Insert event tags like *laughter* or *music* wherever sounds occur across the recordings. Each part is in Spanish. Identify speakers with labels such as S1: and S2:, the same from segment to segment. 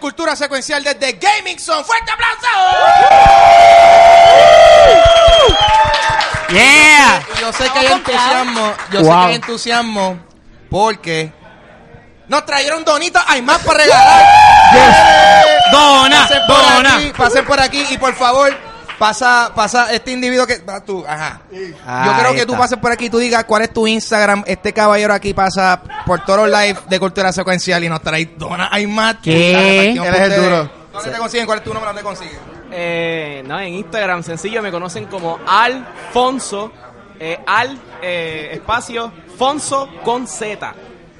S1: Cultura Secuencial desde Gaming Zone. ¡Fuerte aplauso!
S2: Yeah.
S1: Y Yo sé que hay entusiasmo, yo sé
S2: Wow.
S1: que hay entusiasmo porque nos trajeron donitos, hay más para *laughs* regalar.
S2: Dona,
S1: Pasen por aquí,
S2: dona.
S1: pasen por aquí y por favor, pasa, pasa este individuo que va tú, ajá. Yo creo
S2: Ahí
S1: que tú
S2: está.
S1: pases por aquí y tú digas cuál es tu Instagram. Este caballero aquí pasa por Toro Live de Cultura Secuencial y nos trae Dona Aymat.
S2: ¿Qué?
S3: Él es el duro.
S1: ¿Dónde te consiguen? ¿Cuál es tu número? ¿Dónde te consiguen?
S4: Eh, no, en Instagram sencillo me conocen como Alfonso, eh, al eh, espacio Fonso con Z.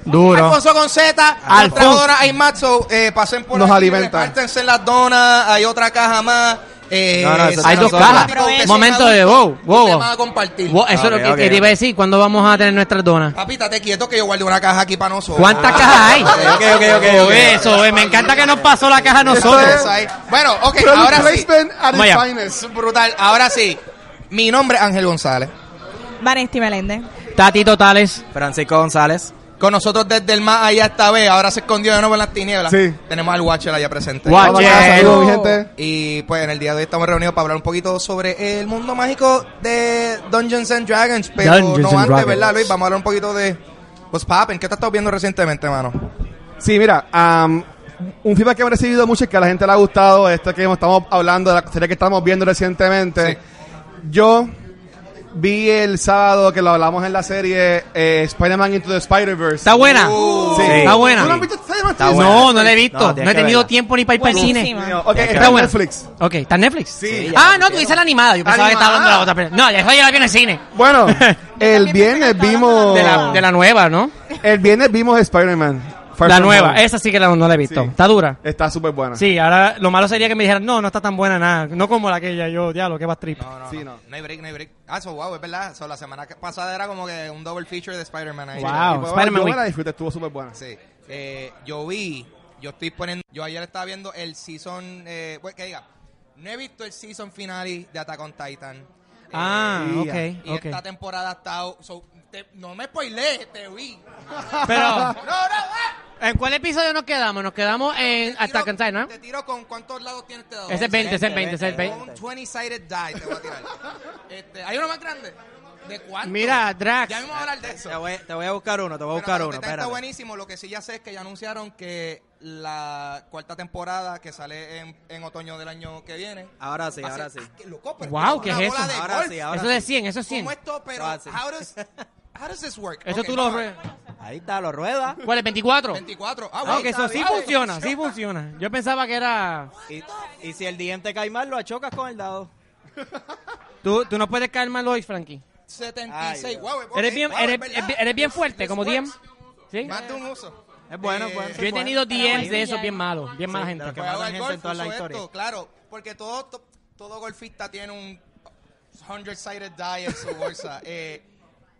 S3: Duro.
S1: Alfonso con Z,
S2: Alfonso.
S1: trajo donas hay macho, eh, pasen por
S3: Nos
S1: aquí,
S3: alimenta.
S1: repártense las donas, hay otra caja más. eh,
S3: No, no, eso
S1: se
S2: Hay
S1: las
S2: dos
S1: doy.
S2: cajas.
S1: Papi, ustedes son
S2: Momento de
S1: adultos,
S2: wow, wow,
S1: ustedes
S2: wow.
S1: van a compartir.
S2: Wow, eso es lo
S3: Ok,
S2: que,
S3: ok.
S2: que te iba a decir. ¿Cuándo vamos a tener nuestras donas?
S1: Papi, estate quieto que yo guardo una caja aquí para nosotros. Ah,
S2: ¿Cuántas cajas hay?
S3: Ok, ok, ok,
S2: Oh,
S3: ok.
S2: Eso, eh, me encanta que nos pasó la caja a
S1: Eso
S2: nosotros.
S1: ahí. Bueno, ok,
S3: Product
S1: ahora sí.
S3: placement at its
S2: Vaya.
S3: finest.
S1: Brutal, ahora sí. Mi nombre es Ángel González.
S5: Vanesti Meléndez.
S2: Tati Totales.
S6: Francisco González.
S1: Con nosotros desde el más allá esta vez, ahora se escondió de nuevo en las tinieblas.
S3: Sí.
S1: Tenemos al Watcher allá presente.
S2: Watcher.
S3: Vamos allá, saludos, mi gente.
S1: Y pues en el día de hoy estamos reunidos para hablar un poquito sobre el mundo mágico de Dungeons and Dragons, pero
S2: Dungeons
S1: no
S2: and
S1: antes,
S2: Dragons.
S1: ¿verdad, Luis? Vamos a hablar un poquito de What's Poppin', ¿qué te has estado viendo recientemente, mano?
S3: Sí, mira, am, un feedback que hemos recibido mucho es que a la gente le ha gustado esto que estamos hablando, de la serie que estamos viendo recientemente.
S1: Sí.
S3: Yo vi el sábado que lo hablamos en la serie eh, Spider-Man Into the Spider-Verse.
S2: ¿Está buena?
S3: Sí.
S2: ¿Está buena?
S3: Uh. ¿Tú no has visto Spider-Man?
S6: Está buena.
S2: No, no la he visto.
S6: No,
S2: No,
S6: tienes
S2: he
S6: que
S2: tenido
S6: verla.
S2: tiempo ni para ir para el cine.
S5: Buenísima.
S3: Ok, está,
S2: Está
S3: en
S2: buena.
S3: Netflix.
S2: Ok, ¿está en Netflix?
S3: Sí, ya
S2: Ah, no, tú dices la animada. Yo pensaba que estaba hablando de la otra. Pero, no, ya ya la vi en el cine.
S3: *laughs* Bueno, el
S5: pensé que
S3: viernes
S5: estaba
S3: vimos...
S2: De la, de Oh. *laughs* la nueva, ¿no?
S3: El viernes vimos Spider-Man. Far
S2: La
S3: From
S2: nueva.
S3: Home.
S2: Esa sí que la- no la he visto.
S3: Sí.
S2: Está dura.
S3: Está súper buena.
S2: Sí, ahora lo malo sería que me dijeran, no, no está tan buena nada. No como la que ya yo, diablo, que va trip.
S3: Sí, no.
S1: No hay break, no hay break. Ah, eso, wow, es verdad. Eso, la semana que- pasada era como que un double feature de Spider-Man ahí.
S2: Wow.
S3: Y pues,
S2: Spider-Man
S3: yo me
S2: Week.
S3: la disfruté, estuvo súper buena.
S1: Sí. Eh, yo vi, yo estoy poniendo, yo ayer estaba viendo el season, eh, bueno, que diga, no he visto el season finale de Attack on Titan. Eh,
S2: Ah,
S1: y
S2: ok, ok.
S1: esta temporada ha estado, so, te- no me spoilees, te vi. *laughs*
S2: Pero,
S1: No, no, ah.
S2: ¿en cuál episodio nos quedamos? Nos quedamos en
S1: Te tiro-
S2: Attack on Titan, ¿no?
S1: Te tiro con cuántos lados tiene este dado.
S2: Ese es 20, ese es 20, ese es 20.
S1: Con un 20-sided die te voy a tirar. Este, ¿Hay uno más grande? ¿De cuánto?
S2: Mira, Drax.
S1: Ya vamos a hablar de eso.
S6: Te voy, te voy a buscar uno, te voy a
S1: Pero
S6: buscar
S1: no,
S6: uno.
S1: que Está, está
S6: espérate.
S1: buenísimo. Lo que sí ya sé es que ya anunciaron que la cuarta temporada que sale en, en otoño del año que viene.
S6: Ahora sí,
S1: va a
S6: ahora sí.
S1: ser- ah, que loco, pero
S2: Wow,
S1: como
S2: ¿qué
S1: una
S2: es
S1: bola
S2: eso?
S1: de
S6: Ahora
S1: golf.
S6: sí, ahora
S2: Eso es de 100, eso es 100.
S1: Como esto, pero
S6: Ahora sí.
S1: how does, how does this work?
S2: Eso
S1: Ok,
S2: tú lo...
S1: vamos a
S2: re-
S1: ver.
S6: Ahí está, lo rueda.
S2: ¿Cuál es? ¿24?
S1: 24. Ah,
S2: Ah,
S1: wow,
S2: ok,
S1: está
S2: eso sí
S1: bien.
S2: funciona, sí funciona. Yo pensaba que era...
S6: Y, y si el diente cae mal, lo achocas con el dado.
S2: Tú, tú no puedes caer mal hoy, Frankie.
S1: 76.
S6: Ay,
S1: Wow, ok,
S2: Eres bien,
S1: wow,
S2: eres,
S1: es verdad.
S2: eres bien fuerte, como DM. ¿Sí?
S1: Más de un uso. Eh,
S6: Es bueno, es bueno.
S2: Yo he tenido DMs de esos bien malos, bien mala
S6: Sí,
S2: gente.
S6: claro.
S1: Pues
S6: matan
S1: hago el
S6: gente en
S1: golf,
S6: toda la
S1: uso
S6: historia.
S1: esto, claro, porque todo, to- todo golfista tiene un 100-sided die en su bolsa.
S6: *laughs*
S1: eh,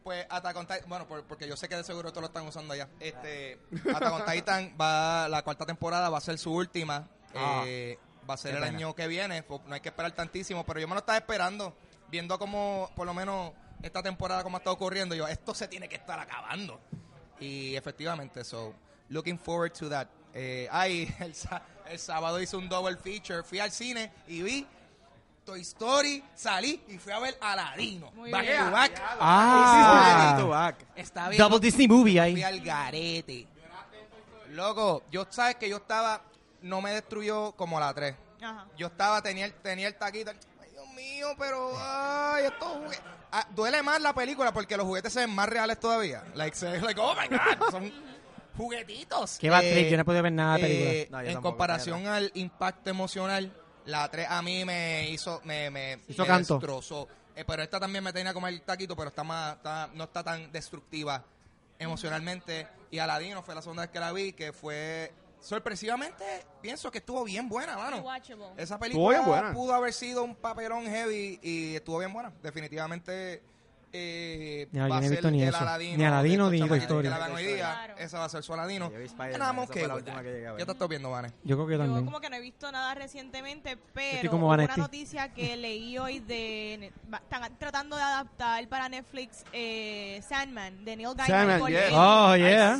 S1: pues Attack on Titan, bueno, por- porque yo sé que de seguro todos lo están usando allá. Este, Attack on Titan va, la cuarta temporada va a ser su última. eh, va a ser el año que viene, pues, no hay que esperar tantísimo, pero yo me lo estaba esperando, viendo como, por lo menos, esta temporada como ha estado ocurriendo, yo, esto se tiene que estar acabando. Y efectivamente, so, looking forward to that. Eh, ay, *laughs* el, sa- el sábado hice un double feature. Fui al cine y vi Toy Story, salí y fui a ver Aladino.
S5: Muy
S1: Back
S5: bien.
S1: to back.
S2: Ah.
S6: Back to back.
S1: Está bien.
S2: Double Disney Movie
S1: Fui
S2: ahí.
S1: al garete. Loco, yo sabes que yo estaba, no me destruyó como la 3.
S5: Ajá.
S1: Yo estaba, tenía el, tenía el taquito. Ay, Dios mío, pero ay, estos juguetes. Ah, duele más la película porque los juguetes se ven más reales todavía. Like, se like, oh my god, son juguetitos.
S2: Qué bad trip, yo no he podido ver nada de la película.
S1: eh,
S6: No, yo
S1: en
S6: tampoco,
S1: comparación al impacto emocional, la 3 a mí me hizo, me, me,
S2: Hizo
S1: me
S2: canto.
S1: destrozó. Eh, pero esta también me tenía como el taquito, pero está más, está- no está tan destructiva emocionalmente. Y Aladino fue la segunda vez que la vi, que fue sorpresivamente, pienso que estuvo bien buena, mano.
S5: Watchable.
S1: Esa
S3: bien
S1: película
S3: buena.
S1: pudo haber sido un papelón heavy y estuvo bien buena. Definitivamente eh,
S2: Ya,
S1: va
S2: yo no
S1: a
S2: he
S1: ser
S2: visto ni
S1: el
S2: eso.
S1: Aladino.
S2: Ni Aladino
S1: de estos
S2: ni Toy
S1: chamaquitos que
S2: Story.
S1: la vean hoy día.
S5: Claro.
S1: Ese va a ser su Aladino.
S6: Yo vi Spider-Man,
S1: Nada más
S6: esa
S1: que
S6: fue la
S1: guardar.
S6: última que llegué a ver.
S1: ¿Qué te estás viendo, Vane?
S2: Yo creo que
S5: Yo
S2: también.
S5: como que no he visto nada recientemente,
S2: Estoy
S5: pero
S2: como
S5: hubo una
S2: Vanetti. *laughs*
S5: noticia que leí hoy de... ne- va- Están tratando de adaptar para Netflix eh, Sandman, de Neil Gaiman.
S3: Sandman,
S5: porque
S3: yes.
S5: él-
S2: Oh, yeah.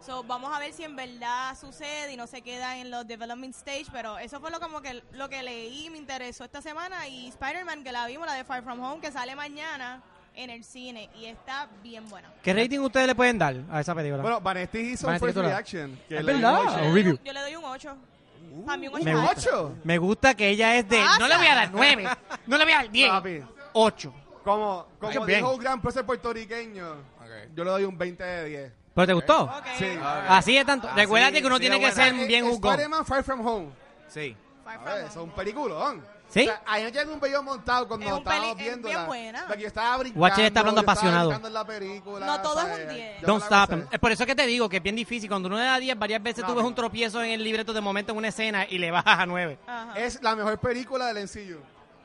S5: So, vamos a ver si en verdad sucede y no se queda en los development stage, pero eso fue lo como que lo que leí y me interesó esta semana y Spider-Man que la vimos, la de Far From Home que sale mañana en el cine y está bien buena.
S2: ¿Qué rating ustedes le pueden dar a esa película?
S3: Bueno, Vanesti hizo un
S2: Vanesti
S3: first
S2: hizo la-
S3: reaction. que
S2: Es
S3: le
S2: verdad.
S3: dio
S5: Yo
S3: ocho.
S5: le doy
S2: review.
S5: un- Yo le doy un 8. Para mí un
S2: me
S5: 8.
S2: gusta.
S3: ¿Ocho?
S2: Me gusta que ella es de. No le voy a dar nueve. No le voy a dar
S3: Papi.
S2: diez. Ocho.
S3: Como,
S2: Ay,
S3: como
S2: bien.
S3: dijo un gran profesor puertorriqueño,
S1: Ok.
S3: yo le doy un 20 de 10.
S2: ¿Pero te gustó?
S5: Ok.
S3: Sí.
S2: Así de tanto.
S4: Así,
S2: Recuérdate que uno
S4: sí,
S2: tiene que
S4: buena.
S2: ser bien
S3: Eh,
S2: jugón.
S3: Spider-Man Far From Home.
S4: Sí.
S3: Ah, A
S5: Far From
S3: ver,
S5: Home.
S3: eso es un peliculón.
S2: ¿Sí?
S3: O sea, ayer ya me un bello montado cuando
S5: Es un
S3: estábamos
S5: peli- es
S3: viendo
S5: bien buena.
S3: Yo estaba brincando.
S2: Watcher está hablando
S3: yo estaba
S2: apasionado.
S3: brincando en la película,
S5: No, todo es
S3: ¿sabes?
S5: un 10.
S3: Yo
S2: Don't
S3: me la
S2: stop
S3: gocé.
S2: him. Eh, Por eso que te digo que es bien difícil. Cuando uno le da 10, varias veces
S3: No,
S2: tú ves
S3: no.
S2: un tropiezo en el libreto de momento en una escena y le bajas a 9.
S5: Ajá.
S3: Es la mejor película del ensillo.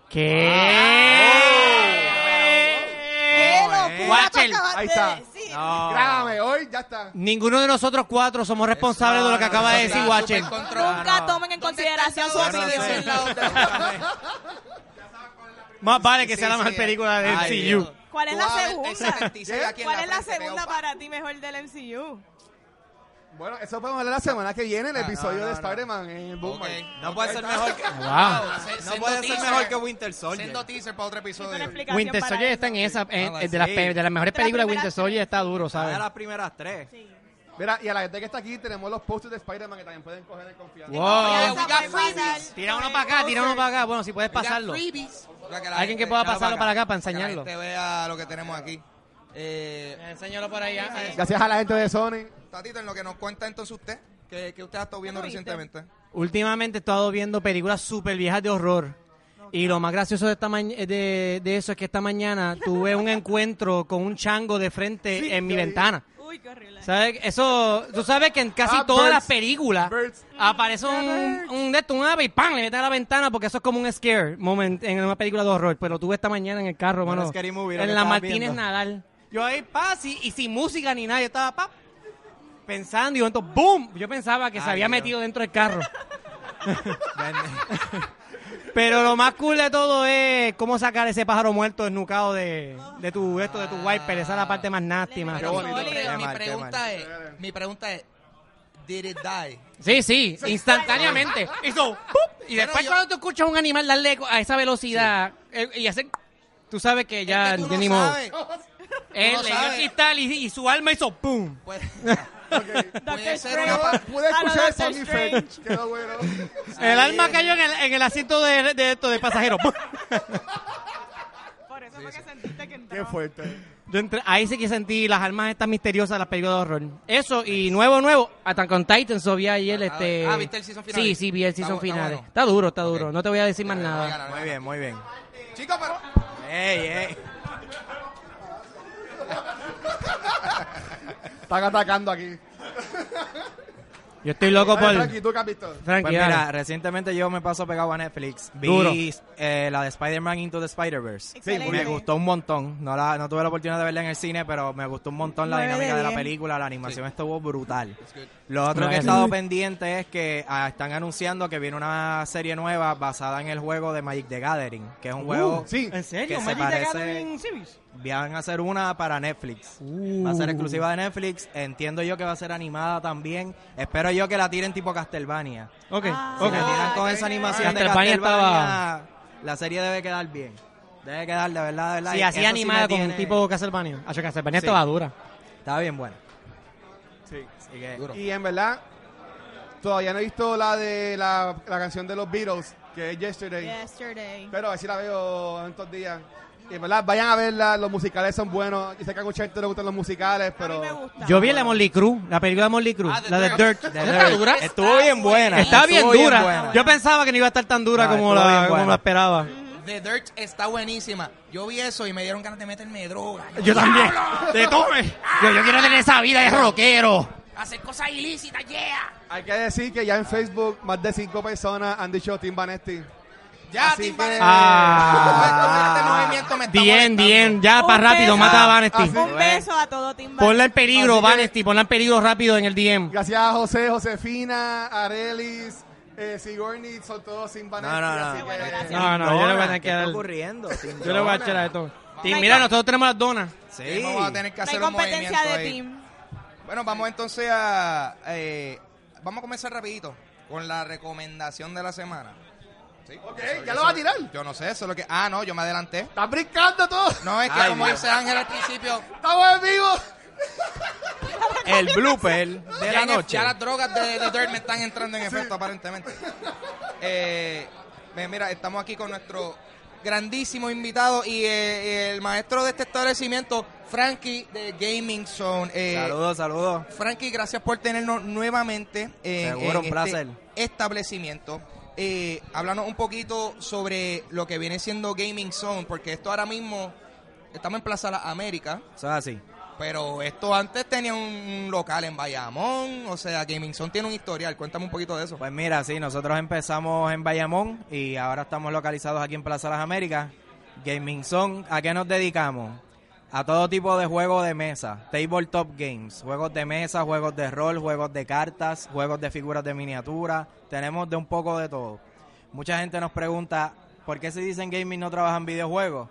S2: ¿Qué?
S5: Ah, ¡Qué locura
S4: eh.
S5: tú
S2: Watcher,
S5: acabaste
S3: ahí está.
S5: de decir!
S2: Ah.
S4: No.
S3: Grábame, hoy ya está.
S2: Ninguno de nosotros cuatro somos responsables de lo que acaba de decir
S1: Está
S2: Watcher.
S1: súper controlado.
S5: Nunca
S4: no.
S5: tomen en consideración su
S1: Ya no sé.
S5: opinión.
S2: Más vale que
S1: Sí,
S2: sea la
S1: sí,
S2: mejor
S1: eh.
S2: película de
S4: Ay,
S2: MCU.
S4: Dios.
S5: ¿Cuál es
S1: Tú
S5: la
S1: vas a ver
S5: segunda?
S1: 66 aquí en
S5: ¿Cuál es la
S1: frente, te veo
S5: segunda
S1: pa-
S5: para ti mejor del MCU?
S3: Bueno, eso podemos hablar la semana que viene, el
S1: Ah,
S3: episodio
S1: no,
S3: de
S1: no,
S3: Spider-Man en
S1: Ok.
S3: Boomer.
S4: No puede ser mejor que,
S2: Wow.
S1: Se-
S4: no
S1: sendo
S4: puede ser
S1: teaser.
S4: mejor que Winter Soldier.
S1: Sendo teaser para otro episodio.
S5: Una explicación
S2: Winter
S5: para
S2: Soldier
S5: eso.
S2: está en esa. en-
S1: Sí.
S2: en- de, las, pe- de las mejores
S5: De las
S2: películas, Winter
S5: primeras
S2: Solder
S5: tres.
S2: está duro, ¿sabes?
S4: de las primeras tres.
S5: Sí.
S3: Mira, y a la gente que está aquí tenemos los posters de Spider-Man que también pueden coger en confianza.
S2: Wow.
S5: Confianza,
S1: we got
S5: puedes pasar
S1: freebies.
S2: Tira
S5: por
S2: uno
S5: el
S2: para acá, tira uno
S5: browser.
S2: para acá. Bueno, si puedes pasarlo.
S1: Freebies. Para la
S2: Alguien que
S1: gente-
S2: pueda
S1: Déjalo
S2: pasarlo para acá para enseñarlo.
S1: Que la gente vea lo que tenemos aquí. Eh,
S2: Enséñalo por ahí.
S3: Gracias a la gente de Sony.
S1: tatito, en lo que nos cuenta entonces usted, que, que usted ha estado viendo
S5: ¿Qué tuviste?
S1: recientemente.
S2: Últimamente he estado viendo películas súper viejas de horror. Y lo más gracioso de, esta ma- de, de eso es que esta mañana tuve un encuentro con un chango de frente en mi
S3: yo vi.
S2: ventana.
S5: Uy, qué horrible.
S2: ¿Sabes? Eso, tú sabes que en casi
S3: Ah,
S2: todas
S3: birds.
S2: las películas
S3: Birds.
S2: aparece un, un, de esto, un ave y ¡pam! le meten a la ventana porque eso es como un scare moment en una película de horror. Pero lo tuve esta mañana en el carro,
S6: Una
S2: mano.
S6: scary movie, lo que
S2: en la
S6: estabas
S2: Martínez
S6: viendo.
S2: Nadal. Yo ahí, pa, si- y sin música ni nada, yo estaba, pa, pensando y de momento, ¡boom! Yo pensaba que se
S4: Ay,
S2: había
S4: Dios.
S2: metido dentro del carro. *laughs* Pero lo más cool de todo es cómo sacar ese pájaro muerto desnucado de, de tu esto de tu wiper. Esa es la parte más nasty, más.
S5: Qué bonito.
S1: Mi, pre-
S5: Qué
S1: mi
S4: mal, qué
S1: pregunta es, mi pregunta es, ¿did it die?
S2: Sí, sí, instantáneamente. Hizo ¡pup! Y después
S1: yo-
S2: cuando tú escuchas a un animal darle co- a esa velocidad eh, y hacer... Tú sabes que
S1: es
S2: ya
S1: que tú
S2: ya
S1: no
S2: ni modo.
S1: sabes. Pues,
S2: Él
S1: no
S2: le dio
S1: sabes.
S2: el cristal y, y su alma hizo ¡pum!
S1: Pues,
S5: Doctor
S1: puede ser
S5: Strange.
S1: una pa-
S3: Pude
S5: A lo
S3: escuchar el
S5: Doctor
S3: Sony Effect. Quedó bueno.
S2: El alma cayó en el, en el asiento de, de esto, de pasajero. ¡Pum!
S5: Por eso fue que sentiste que
S3: *laughs*
S5: entró.
S3: Qué fuerte.
S2: Yo entré- ahí sí que sentí las almas estas misteriosas de las películas de horror. Eso, y nuevo, nuevo, Attack on Titan, so vi ayer
S1: Ah,
S2: este...
S1: ah, ¿viste el season final?
S2: Sí, sí, vi el
S1: Está
S2: season
S1: bu- está
S2: final.
S1: bueno.
S2: Está duro, está
S1: Ok.
S2: duro. No te voy a decir más nada.
S1: Gana,
S4: Muy
S1: gana.
S4: bien, muy bien.
S1: Chicos, pero...
S4: Ey, ey.
S3: Están atacando aquí.
S2: Yo estoy loco por...
S3: Dale, Frankie, ¿tú qué has visto?
S2: Tranqui,
S6: Pues
S2: dale.
S6: mira, recientemente yo me paso pegado a Netflix. Vi
S2: Duro.
S6: eh, la de Spider-Man Into the Spider-Verse.
S5: Excelente.
S6: me gustó un montón. No, la, no tuve la oportunidad de verla en el cine, pero me gustó un montón la
S5: Nueve de
S6: dinámica de la
S5: diez.
S6: película. La animación estuvo brutal.
S1: good.
S6: Lo otro
S2: Nueve
S6: que he
S2: de
S6: estado pendiente es que ah, están anunciando que viene una serie nueva basada en el juego de Magic the Gathering, que es un juego...
S3: Sí.
S2: ¿En serio?
S6: que se
S2: ¿Magic the
S6: parece-
S2: Gathering Series?
S6: Van a hacer una para Netflix. Va a ser exclusiva de Netflix. Entiendo yo que va a ser animada también. Espero yo que la tiren tipo Castlevania.
S2: Ok,
S5: Ah,
S6: Si
S2: ok.
S6: la tiran con esa animación de
S2: Castlevania
S6: Castlevania,
S2: estaba-
S6: la serie debe quedar bien. Debe quedar, de verdad, de verdad.
S2: Si
S6: Y eso
S2: así
S6: sí
S2: animada
S6: me
S2: con
S6: tiene-
S2: tipo Castlevania. Ah, Castlevania
S6: Sí.
S2: estaba dura.
S6: Está bien buena.
S3: Sí.
S6: Así que-
S1: Duro.
S3: Y en verdad, todavía no he visto la de la, la canción de los Beatles, que es Yesterday.
S5: Yesterday.
S3: Pero a ver si la veo en estos días. Y en verdad, vayan a verla, los musicales son buenos. Yo sé que a mucha gente le gustan los musicales,
S5: A mí me
S3: pero...
S5: gusta.
S2: Yo vi la de Molly Cruz, la película de Molly Cruz,
S1: Ah, The
S2: la de
S1: Dirt.
S2: Dirt.
S6: De
S2: ¿No
S6: verdad, Estuvo bien buena.
S2: Está bien
S6: estuvo
S2: dura.
S6: buena.
S2: Yo pensaba que no iba a estar tan dura
S6: No,
S2: como,
S6: estuvo bien
S2: la, como
S6: buena.
S2: la esperaba.
S1: The Dirt está buenísima. Yo vi eso y me dieron ganas de meterme droga.
S2: Yo también. ¡Te tome! Yo, yo quiero tener esa vida de rockero.
S1: Hacer cosas ilícitas, yeah.
S3: Hay que decir que ya en Facebook más de cinco personas han dicho Tim Vanesti.
S1: Ya,
S3: Así
S1: Tim
S3: que-
S1: Vanesti.
S2: Ah.
S1: Este movimiento me está
S2: Bien,
S1: molestando.
S2: bien. Ya,
S5: Un
S2: para Ah, rápido,
S5: beso.
S2: mata a Vanesti.
S3: Así-
S5: Un beso a todo Team
S2: Ponla en peligro,
S3: Así que-
S2: Vanesti. Ponla en peligro rápido en el DM.
S3: Gracias a José, Josefina, Arelis, eh, Sigourney, son todos Tim Vanesti.
S6: No, no, no.
S3: así que-
S5: Bueno,
S2: No, no, yo le voy a tener que
S6: ¿Qué está
S2: dar.
S6: ocurriendo?
S2: Yo le voy a echar a esto. Tim, mira, nosotros tenemos las donas.
S6: Sí.
S1: Vamos a tener que
S5: No hay
S1: hacer un
S5: competencia
S1: movimiento
S5: de
S1: ahí.
S5: Team.
S1: Bueno, vamos entonces a... eh, vamos a comenzar rapidito con la recomendación de la semana. ¿Sí?
S3: Ok,
S1: Eso- yo
S3: ¿ya lo
S1: sé-
S3: vas a tirar?
S1: Yo no sé, eso es lo que... Ah, no, yo me adelanté.
S3: ¡Estás brincando todo!
S1: No, es que
S6: Ay,
S1: como
S6: Dios.
S1: dice Ángel al principio,
S3: ¡Estamos en vivo!
S6: El blooper de
S1: ya,
S6: la
S1: en el-
S6: noche.
S1: ya las drogas de, de Dirt me están entrando en efecto, aparentemente. Eh, me- mira, estamos aquí con nuestro grandísimo invitado y eh, el maestro de este establecimiento, Frankie de Gaming Zone. Eh,
S6: Saludos, saludos.
S1: Frankie, gracias por tenernos nuevamente en,
S6: Seguro,
S1: en
S6: un placer.
S1: este establecimiento. Eh, háblanos un poquito sobre lo que viene siendo Gaming Zone, porque esto ahora mismo estamos en Plaza Las Américas.
S6: Eso es así.
S1: Pero esto antes tenía un- un local en Bayamón, o sea, Gaming Zone tiene un historial. Cuéntame un poquito de eso.
S6: Pues mira, sí, nosotros empezamos en Bayamón y ahora estamos localizados aquí en Plaza Las Américas. Gaming Zone, ¿a qué nos dedicamos? A todo tipo de juegos de mesa, tabletop games, juegos de mesa, juegos de rol, juegos de cartas, juegos de figuras de miniatura, tenemos de un poco de todo. Mucha gente nos pregunta, ¿por qué si dicen gaming no trabajan videojuegos?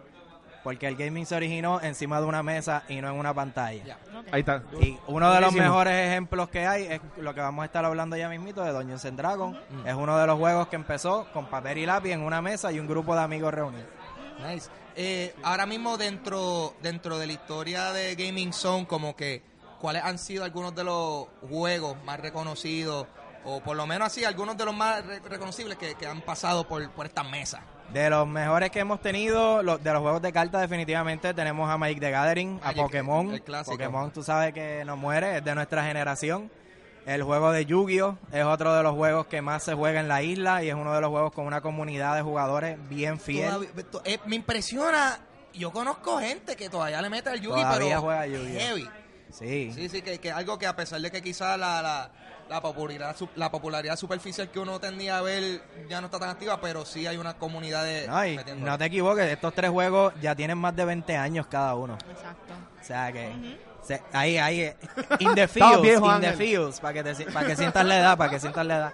S6: Porque el gaming se originó encima de una mesa y no en una pantalla.
S3: Ahí está.
S6: Y uno de los
S2: Buenísimo.
S6: mejores ejemplos que hay es lo que vamos a estar hablando ya mismito de Dungeons and Dragons.
S1: Mm.
S6: Es uno de los juegos que empezó con papel y lápiz en una mesa y un grupo de amigos reunidos.
S1: Nice. Eh, ahora mismo dentro dentro de la historia de Gaming Zone, como que cuáles han sido algunos de los juegos más reconocidos o por lo menos así algunos de los más re- reconocibles que, que han pasado por, por estas mesas.
S6: De los mejores que hemos tenido, lo- de los juegos de cartas definitivamente tenemos a Magic the Gathering, a
S1: Magic, el-
S6: Pokémon.
S1: el clásico.
S6: Pokémon tú sabes que no muere, es de nuestra generación. El juego de Yu-Gi-Oh! es otro de los juegos que más se juega en la isla y es uno de los juegos con una comunidad de jugadores bien fiel.
S1: Todavía- to- eh, me impresiona, yo conozco gente que todavía le mete al Yugi,
S6: Todavía
S1: pero
S6: juega Yu-Gi-Oh.
S1: heavy.
S6: Sí.
S1: Sí, sí, que, que algo que a pesar de que quizá la, la, la popularidad, su- la popularidad superficial que uno tendía a ver ya no está tan activa, pero sí hay una comunidad
S3: Eh,
S1: de...
S6: No, y
S1: metiendo.
S6: no te equivoques, estos tres juegos ya tienen más de 20 años cada uno.
S5: Exacto.
S6: O sea que se- ahí, ahí,
S3: *laughs*
S6: eh, in the
S3: Estamos
S6: fields,
S3: viejos,
S6: in the
S3: Ángel.
S6: fields, para que, te si- para que sientas la edad, para que sientas la edad.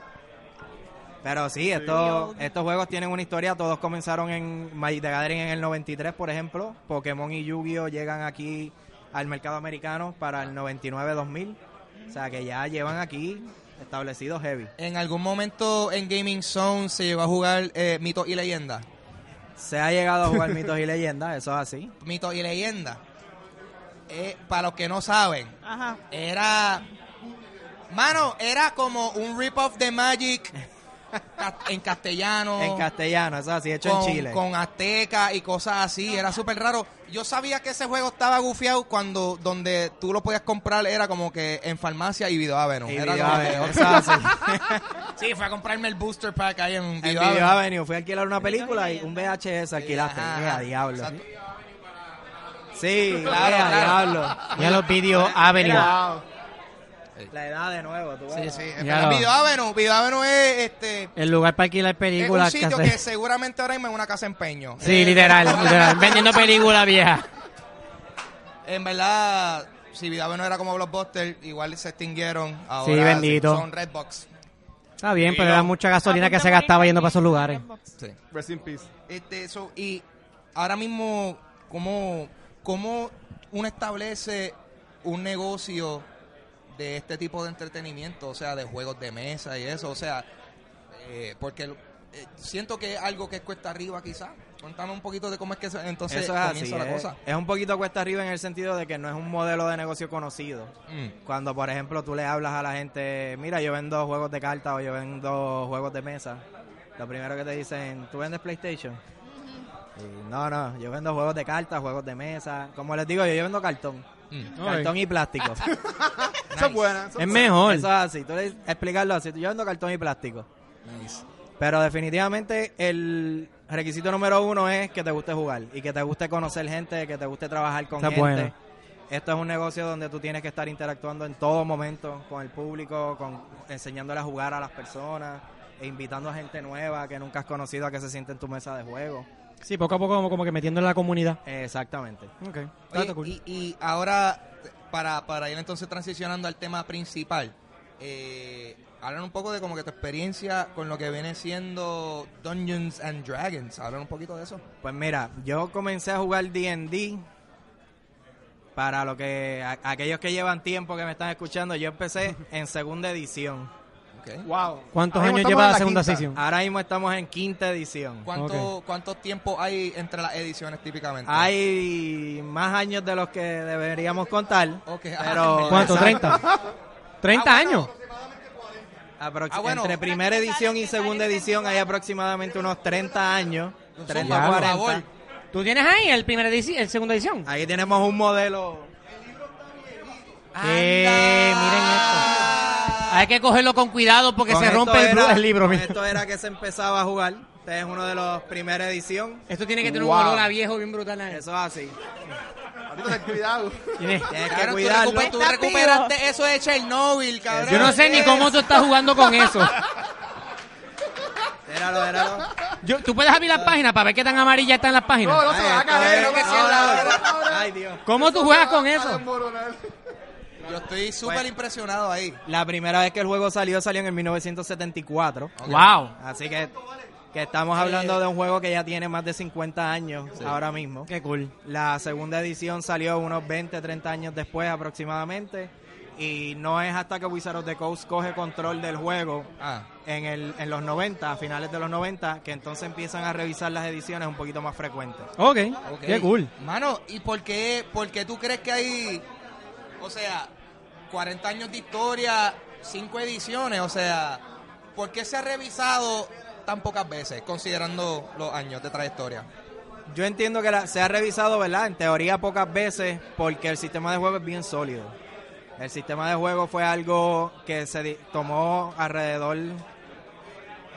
S6: Pero sí, estos, estos juegos tienen una historia, todos comenzaron en Magic the Gathering en el 93, por ejemplo, Pokémon y Yu-Gi-Oh llegan aquí al mercado americano para el 99-2000, o sea que ya llevan aquí establecidos heavy.
S1: En algún momento en Gaming Zone se llegó a jugar eh, Mito y Leyenda.
S6: Se ha llegado a
S3: *laughs*
S6: jugar mitos y leyendas, eso es así.
S1: Mito y Leyenda. Eh, para los que no saben,
S5: Ajá.
S1: era... Mano, era como un rip-off de
S6: *laughs*
S1: Magic ca- en castellano.
S6: En castellano, eso es así, hecho
S1: con,
S6: en Chile.
S1: con azteca y cosas así. Era súper raro. Yo sabía que ese juego estaba gufiado cuando donde tú lo podías comprar era como que en farmacia y Videoavenue.
S6: Y
S1: Era
S6: Video
S1: como
S6: Avenue, *laughs*
S1: que-
S6: eso es así.
S1: sí, fue a comprarme el booster pack ahí en
S6: En
S1: Videoavenue.
S6: Video Avenue fui a alquilar una película y un VHS alquilaste.
S1: Ajá,
S6: Mira,
S1: ajá.
S6: diablo.
S1: Exacto.
S6: Sí,
S1: *laughs* Claro,
S6: mira,
S1: claro.
S6: diablo.
S2: Ya los videos Avenue.
S3: Wow.
S6: La edad de nuevo, tú
S1: Sí,
S6: ves.
S1: sí.
S2: Ya
S1: Pero
S2: lo-
S1: Videoavenue, Videoavenue es este.
S2: El lugar para alquilar
S1: Es un
S2: películas.
S1: sitio
S2: cassette.
S1: que seguramente ahora mismo es una casa empeño. Eh, *laughs*
S2: Sí, literal, literal. Vendiendo películas viejas.
S1: En verdad, si Videoavenue era como Blockbuster, igual se extinguieron. Ahora
S2: bendito.
S1: Son Redbox.
S2: Está bien, pero era mucha
S5: Ah,
S2: gasolina
S5: pues
S2: que se gastaba yendo para esos lugares.
S1: Sí.
S3: Rest in peace.
S1: Este, eso, y ahora mismo, ¿cómo, ¿cómo uno establece un negocio de este tipo de entretenimiento? O sea, de juegos de mesa y eso. O sea, eh, porque eh, siento que es algo que es cuesta arriba quizás. Contame un poquito de cómo es que se- entonces
S6: Eso es así.
S1: comienza la
S6: es-
S1: cosa.
S6: es un poquito cuesta arriba en el sentido de que no es un modelo de negocio conocido.
S1: Mm,
S6: Cuando, por ejemplo, tú le hablas a la gente, mira, yo vendo juegos de cartas o yo vendo juegos de mesa, lo primero que te dicen, ¿tú vendes PlayStation? Y, no, no, yo vendo juegos de cartas, juegos de mesa. Como les digo, yo, yo vendo cartón.
S1: mm.
S6: Cartón y plástico.
S3: Esa es buena.
S2: *laughs*
S3: esa
S2: Es mejor.
S6: Eso es así. Tú le explicarlo así. Yo vendo cartón y plástico. Pero definitivamente el requisito número uno es que te guste jugar y que te guste conocer gente, que te guste trabajar con
S2: Está
S6: gente.
S2: bueno.
S6: Esto es un negocio donde tú tienes que estar interactuando en todo momento con el público, con enseñándole a jugar a las personas e invitando a gente nueva que nunca has conocido a que se siente en tu mesa de juego.
S2: Sí, poco a poco como, como que metiendo en la comunidad.
S6: Exactamente.
S2: Ok.
S1: Oye,
S2: Está cool.
S1: y, y ahora, para, para ir entonces transicionando al tema principal, eh, hablan un poco de como que tu experiencia con lo que viene siendo Dungeons and Dragons. Hablan un poquito de eso.
S6: Pues mira, yo comencé a jugar D&D Para lo que a- aquellos que llevan tiempo que me están escuchando,
S2: *laughs*
S6: yo empecé en segunda edición.
S1: Ok.
S3: Wow.
S2: ¿Cuántos
S3: Ahora
S2: años
S3: mismo estamos
S2: lleva
S3: en
S2: la Ah, segunda
S3: quinta.
S2: sección?
S6: Ahora mismo estamos en quinta edición.
S1: ¿Cuánto, ¿Cuánto tiempo hay entre las ediciones típicamente?
S6: Hay más años de los que deberíamos contar.
S1: Ok, *laughs* ah,
S6: Pero
S1: me-
S2: ¿Cuánto?
S6: Exacto.
S2: *laughs* ¿30? ¿30 años?
S6: Aprox-
S1: Ah, bueno.
S6: Entre primera edición y segunda edición hay aproximadamente unos 30 años.
S1: Son
S6: 30
S1: por
S6: 40.
S1: favor.
S2: ¿Tú tienes ahí el primer edici- el segunda edición?
S6: Ahí tenemos un modelo.
S2: Eh, miren esto. Hay que cogerlo con cuidado porque
S6: Con
S2: se
S6: esto
S2: rompe el,
S6: era-
S2: el libro.
S6: con
S2: mira.
S6: Esto era que se empezaba a jugar. Este es uno de los primera edición.
S2: Esto tiene que tener un
S3: Wow.
S2: olor a viejo bien brutal. ¿eh?
S6: Eso es así.
S3: Ahorita ten cuidado.
S2: Tienes-
S6: Tienes que
S1: Cabrón, tú,
S6: cuidarlo.
S1: recuper- tú
S5: Está
S1: recuperaste eso de Chernobyl, cabrón. Eh,
S2: Yo no sé ni cómo tú estás jugando con *laughs* eso.
S6: Éralo, éralo.
S2: Yo- tú puedes abrir las páginas para ver qué tan amarillas están las
S3: No, no
S2: páginas.
S3: se
S6: Ay,
S3: va a caer.
S6: esto
S3: no
S6: es-
S3: se va a caer,
S6: ahora,
S3: *laughs* ahora.
S6: Ay, Dios.
S2: ¿Cómo tú juegas con
S3: Va a
S2: eso?
S3: desmoronar.
S1: Yo estoy súper
S2: Pues-
S1: impresionado ahí.
S6: La primera vez que el juego salió, salió en el 1974.
S2: Wow.
S6: Así que, que estamos hablando de un juego que ya tiene más de 50 años ahora mismo.
S2: Qué cool.
S6: La segunda edición salió unos 20, 30 años después aproximadamente. Y no es hasta que Wizard of the Coast coge control del juego
S1: Ah.
S6: en, el, en los 90, a finales de los 90, que entonces empiezan a revisar las ediciones un poquito más frecuentes.
S2: Ok,
S1: Ok.
S2: qué cool.
S1: Mano, ¿y por qué, por qué tú crees que hay, o sea, 40 años de historia, 5 ediciones? O sea, ¿por qué se ha revisado tan pocas veces, considerando los años de trayectoria?
S6: Yo entiendo que la- se ha revisado, ¿verdad? En teoría pocas veces, porque el sistema de juego es bien sólido. El sistema de juego fue algo que se di- tomó alrededor,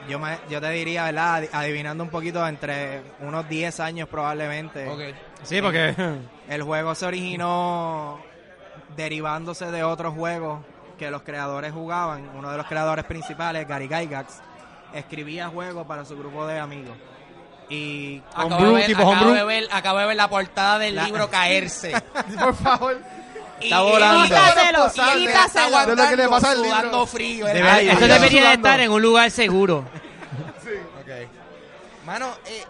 S6: yo, me- yo te diría, ¿verdad? Adi- Adivinando un poquito, entre unos 10 años
S3: Eh,
S6: probablemente.
S2: Sí, porque...
S6: El juego se originó derivándose de otros juegos que los creadores jugaban. Uno de los creadores principales, Gary Gygax, escribía juegos para su grupo de amigos. Y
S2: Acabo Homebrew, de ver- tipo acabo homebrew. de
S1: ver, la portada del libro
S3: *laughs*
S1: caerse.
S3: Por favor.
S6: Está volando.
S5: Quítaselo, quítaselo.
S3: Es lo que le pasa al libro.
S1: Sudando frío. el
S6: Debe- Ay,
S1: aire.
S2: Eso
S6: Dios.
S2: debería de estar en un lugar seguro.
S1: Ok. Mano, eh,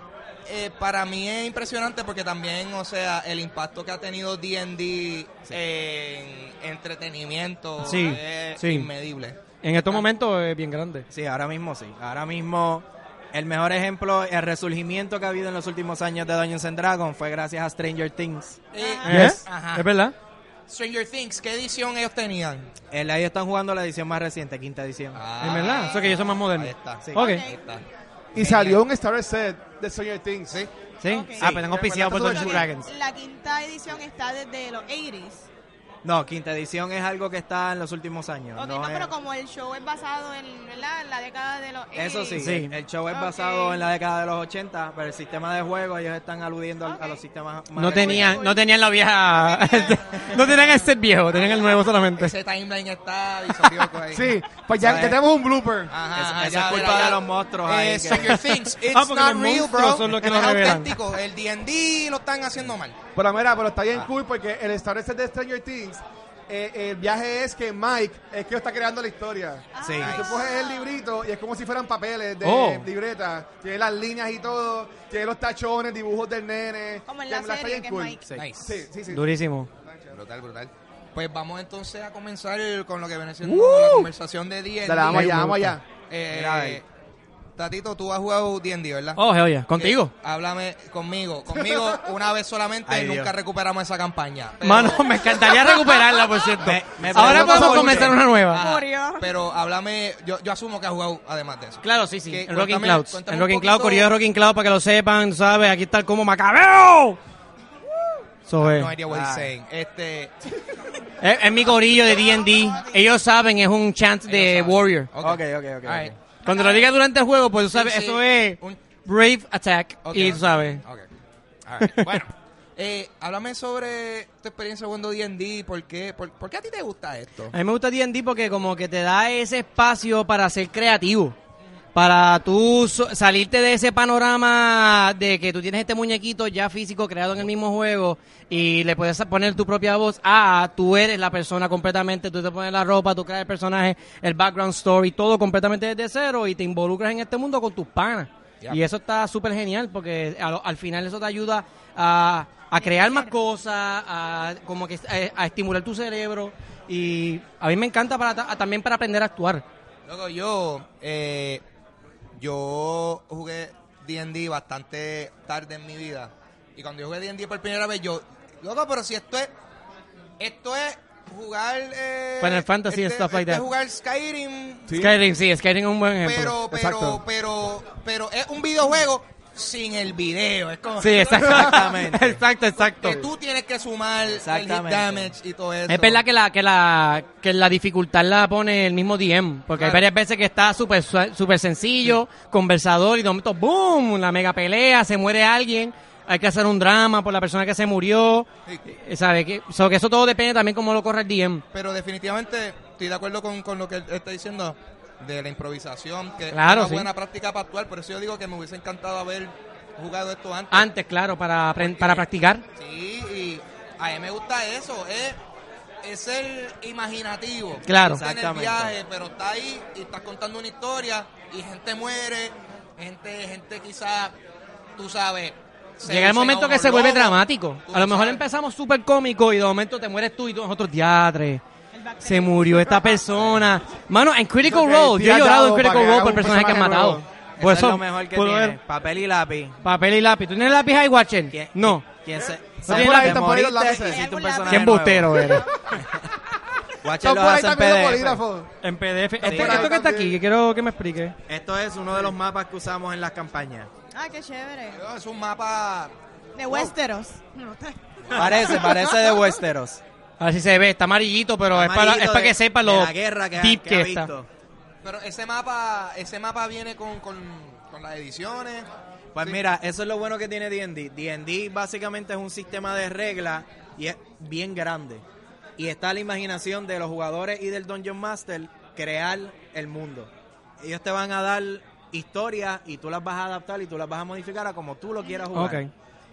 S1: eh, para mí es impresionante porque también, o sea, el impacto que ha tenido D&D en entretenimiento
S2: Sí,
S1: es
S2: sí.
S1: inmedible.
S2: *laughs* En estos momentos es bien grande.
S6: Sí, ahora mismo sí. Ahora mismo el mejor ejemplo, el resurgimiento que ha habido en los últimos años de Dungeons and Dragons fue gracias a Stranger Things.
S1: Eh,
S2: Yes,
S1: Ajá.
S2: Es verdad.
S1: Stranger Things, ¿qué edición ellos tenían?
S6: El, Eh, ahí están jugando la edición más reciente, quinta edición.
S2: Es verdad, eso que ellos son más modernos.
S1: Ah, Ahí está.
S6: Sí.
S2: Ok.
S1: Ahí está.
S3: Y salió un Star Wars set de Stranger Things.
S1: Sí.
S2: Sí.
S5: Ok.
S2: Ah, pero tengo auspiciado por
S3: Recuerda
S2: Dungeons
S5: Creo
S2: and
S5: que
S2: Dragons.
S5: La quinta edición está desde los 80s.
S6: No, quinta edición es algo que está en los últimos años.
S5: Ok,
S6: no
S5: no,
S6: es-
S5: pero como el show es basado en, ¿verdad? en la década de los 80s.
S6: Eso sí,
S2: Sí.
S6: El, el show es
S5: Ok.
S6: basado en la década de los 80, pero el sistema de juego ellos están aludiendo al- a
S5: Ok.
S6: los sistemas más
S2: No
S6: recientes.
S2: tenían, no tenían la vieja... no tenían el set viejo, tenían el nuevo solamente.
S1: Ese timeline está disolvioco
S2: *laughs*
S1: ahí.
S3: Sí. Pues ya, ya tenemos un blooper.
S1: Ajá,
S6: Esa-
S1: ajá,
S6: esa es culpa de los monstruos
S1: Eh,
S6: ahí que-
S1: Stranger Things, it's
S2: *laughs* Ah, porque
S1: not
S2: los
S1: real,
S2: monstruos
S1: bro.
S2: son los que
S1: no
S2: lo
S1: es
S2: revelan.
S1: auténtico. El D&D lo están haciendo mal.
S3: Pero mira, pero está bien
S2: Ah.
S3: cool porque el Star Wars set de Stranger Things, eh, el viaje es que Mike es que está creando la historia.
S6: Sí.
S5: Ah,
S3: Tú coges el librito y es como si fueran papeles de
S2: Oh.
S3: libreta. Tiene las líneas y todo. Tiene los tachones, dibujos del nene.
S5: Como en
S3: Que
S5: la
S3: en verdad está
S5: serie
S3: bien
S5: que es
S3: cool.
S5: Mike.
S6: Sí.
S1: Nice.
S3: Sí, sí, sí.
S2: Durísimo.
S1: Brutal, brutal. Pues vamos entonces a comenzar con lo que viene siendo la conversación de D&D.
S3: Dale, vamos allá,
S2: Me
S3: vamos
S2: gusta.
S3: allá.
S1: Eh,
S6: Mira ahí.
S1: Tatito, tú has jugado D&D, ¿verdad?
S2: Oh, hell yeah. Contigo.
S1: Eh, háblame conmigo. Conmigo una vez solamente
S6: Ay,
S1: nunca
S6: Dios.
S1: recuperamos esa campaña. Pero-
S2: Mano, me encantaría recuperarla, por cierto.
S6: Me- me
S2: Ahora
S6: pregunto
S2: podemos
S6: mucho.
S2: comenzar una nueva.
S1: Ajá,
S5: Murió.
S1: Pero háblame, yo, yo asumo que has jugado además de eso.
S2: Claro, sí, sí.
S1: Que
S2: En Rocking
S1: cuéntame-
S2: Clouds.
S1: cuéntame
S2: En
S1: un
S2: Rocking Clouds,
S1: poquito-
S2: corrido de Rocking Clouds para que lo sepan, ¿sabes? Aquí está el como macabeo. Eso es.
S1: No idea what he's
S6: Ah.
S1: saying. Este,
S2: Es, es mi corillo de D&D. Ellos saben, es un chant de
S1: saben.
S2: Warrior.
S1: ok.
S6: Ok, ok, ok.
S1: All right.
S6: ok.
S2: Cuando lo diga durante el juego, pues tú
S1: Sí,
S2: sabes,
S1: sí.
S2: eso es
S1: Un-
S2: Brave Attack.
S1: Ok.
S2: Y tú sabes.
S1: Ok. All right. *laughs* Bueno, eh, háblame sobre tu experiencia jugando D&D. ¿Por qué? ¿Por, por qué a ti te gusta esto?
S2: A mí me gusta D&D porque como que te da ese espacio para ser creativo. Para tú so- salirte de ese panorama de que tú tienes este muñequito ya físico creado en el mismo juego y le puedes poner tu propia voz. Ah, tú eres la persona completamente, tú te pones la ropa, tú creas el personaje, el background story, todo completamente desde cero y te involucras en este mundo con tus panas.
S1: Ya.
S2: Y eso está súper genial porque a lo- al final eso te ayuda a, a crear más cosas, a, como que, eh, a, estimular tu cerebro. Y a mí me encanta para, ta- también para aprender a actuar.
S1: Luego yo, eh, yo jugué D&D bastante tarde en mi vida. Y cuando yo jugué D&D por primera vez, yo, loco, pero si esto es, esto es jugar... eh,
S2: Final Fantasy,
S1: este-
S2: stuff like
S1: esto
S2: that.
S1: Es jugar Skyrim,
S2: Skyrim, sí, Skyrim es un buen ejemplo.
S1: pero, pero,
S3: Exacto.
S1: pero, pero es un videojuego sin el video. Es como
S2: Sí, exacto.
S6: Exactamente.
S2: *laughs* exacto, exacto.
S1: que tú tienes que sumar el hit
S6: Exactamente.
S1: damage y todo eso.
S2: Es verdad que la, que la, que la dificultad la pone el mismo DM, porque hay
S1: Claro.
S2: varias veces que está súper su- súper sencillo, conversador y de momento ¡boom! La mega pelea, se muere alguien, hay que hacer un drama por la persona que se murió.
S1: Sí.
S2: Eh, ¿Sabe? Que, so que eso todo depende también cómo lo corre el DM.
S1: Pero definitivamente estoy de acuerdo con, con lo que él está diciendo de la improvisación, que
S2: Claro,
S1: es una
S2: sí.
S1: buena práctica para actuar. Por eso yo digo que me hubiese encantado haber jugado esto antes.
S2: Antes, claro, para, apren- para practicar.
S1: Sí, y a mí me gusta eso. Es, es el imaginativo.
S2: Claro.
S1: Está en el
S6: Exactamente.
S1: viaje, pero está ahí y estás contando una historia y gente muere, gente, gente quizá, tú sabes. se
S2: Llega el
S1: usa
S2: momento
S1: como
S2: que se vuelve
S1: lobo.
S2: dramático.
S1: Tú
S2: A
S1: no
S2: lo mejor
S1: sabes.
S2: empezamos súper cómico y de momento te mueres tú y tú nosotros diatre.
S5: El back
S2: Se murió esta persona. Mano, en Critical
S3: Ok,
S2: Role, yo he
S3: tira
S2: llorado en
S3: dado para
S2: Critical
S3: que
S2: Role
S3: haga
S2: por el
S3: un
S2: personaje que han
S3: personaje
S2: matado.
S3: nuevo.
S2: Por
S6: Eso es
S2: pues eso,
S6: lo mejor que
S2: por
S6: tiene.
S2: ver,
S6: Papel y lápiz.
S2: papel y lápiz. ¿Tú tienes lápiz ahí, Watcher?
S6: ¿Quién-
S2: No.
S6: ¿Quién se.?
S3: Están
S6: se-
S2: por ahí,
S6: te
S3: están por ahí los
S6: moriste,
S3: lápices.
S6: hiciste un
S5: Qué
S6: personaje
S2: Qué embustero eres.
S6: nuevo. Guache
S3: Están
S6: los
S3: por ahí
S6: hace en
S3: también los
S6: PDF.
S3: bolígrafos.
S2: En PDF. Este,
S6: por ahí
S2: esto que está
S3: también.
S2: aquí, que quiero que me explique.
S6: Esto es uno de los mapas que usamos en las campañas.
S5: Ah, qué chévere.
S1: Es un mapa
S5: De Westeros. No, está-
S6: Parece, parece de *laughs* Westeros.
S2: A ver si se ve. Está amarillito, pero es para,
S6: Amarillito
S2: es para
S6: de-
S2: que sepa lo
S6: de la guerra que, ha-
S2: deep
S6: que
S2: que,
S6: ha
S2: está.
S6: visto.
S1: Pero ese mapa, ese mapa viene con, con, con las ediciones.
S6: Pues mira, eso es lo bueno que tiene D&D. D&D básicamente es un sistema de reglas y es bien grande. Y está la imaginación de los jugadores y del Dungeon Master crear el mundo. Ellos te van a dar historias y tú las vas a adaptar y tú las vas a modificar a como tú lo quieras jugar.
S2: Ok.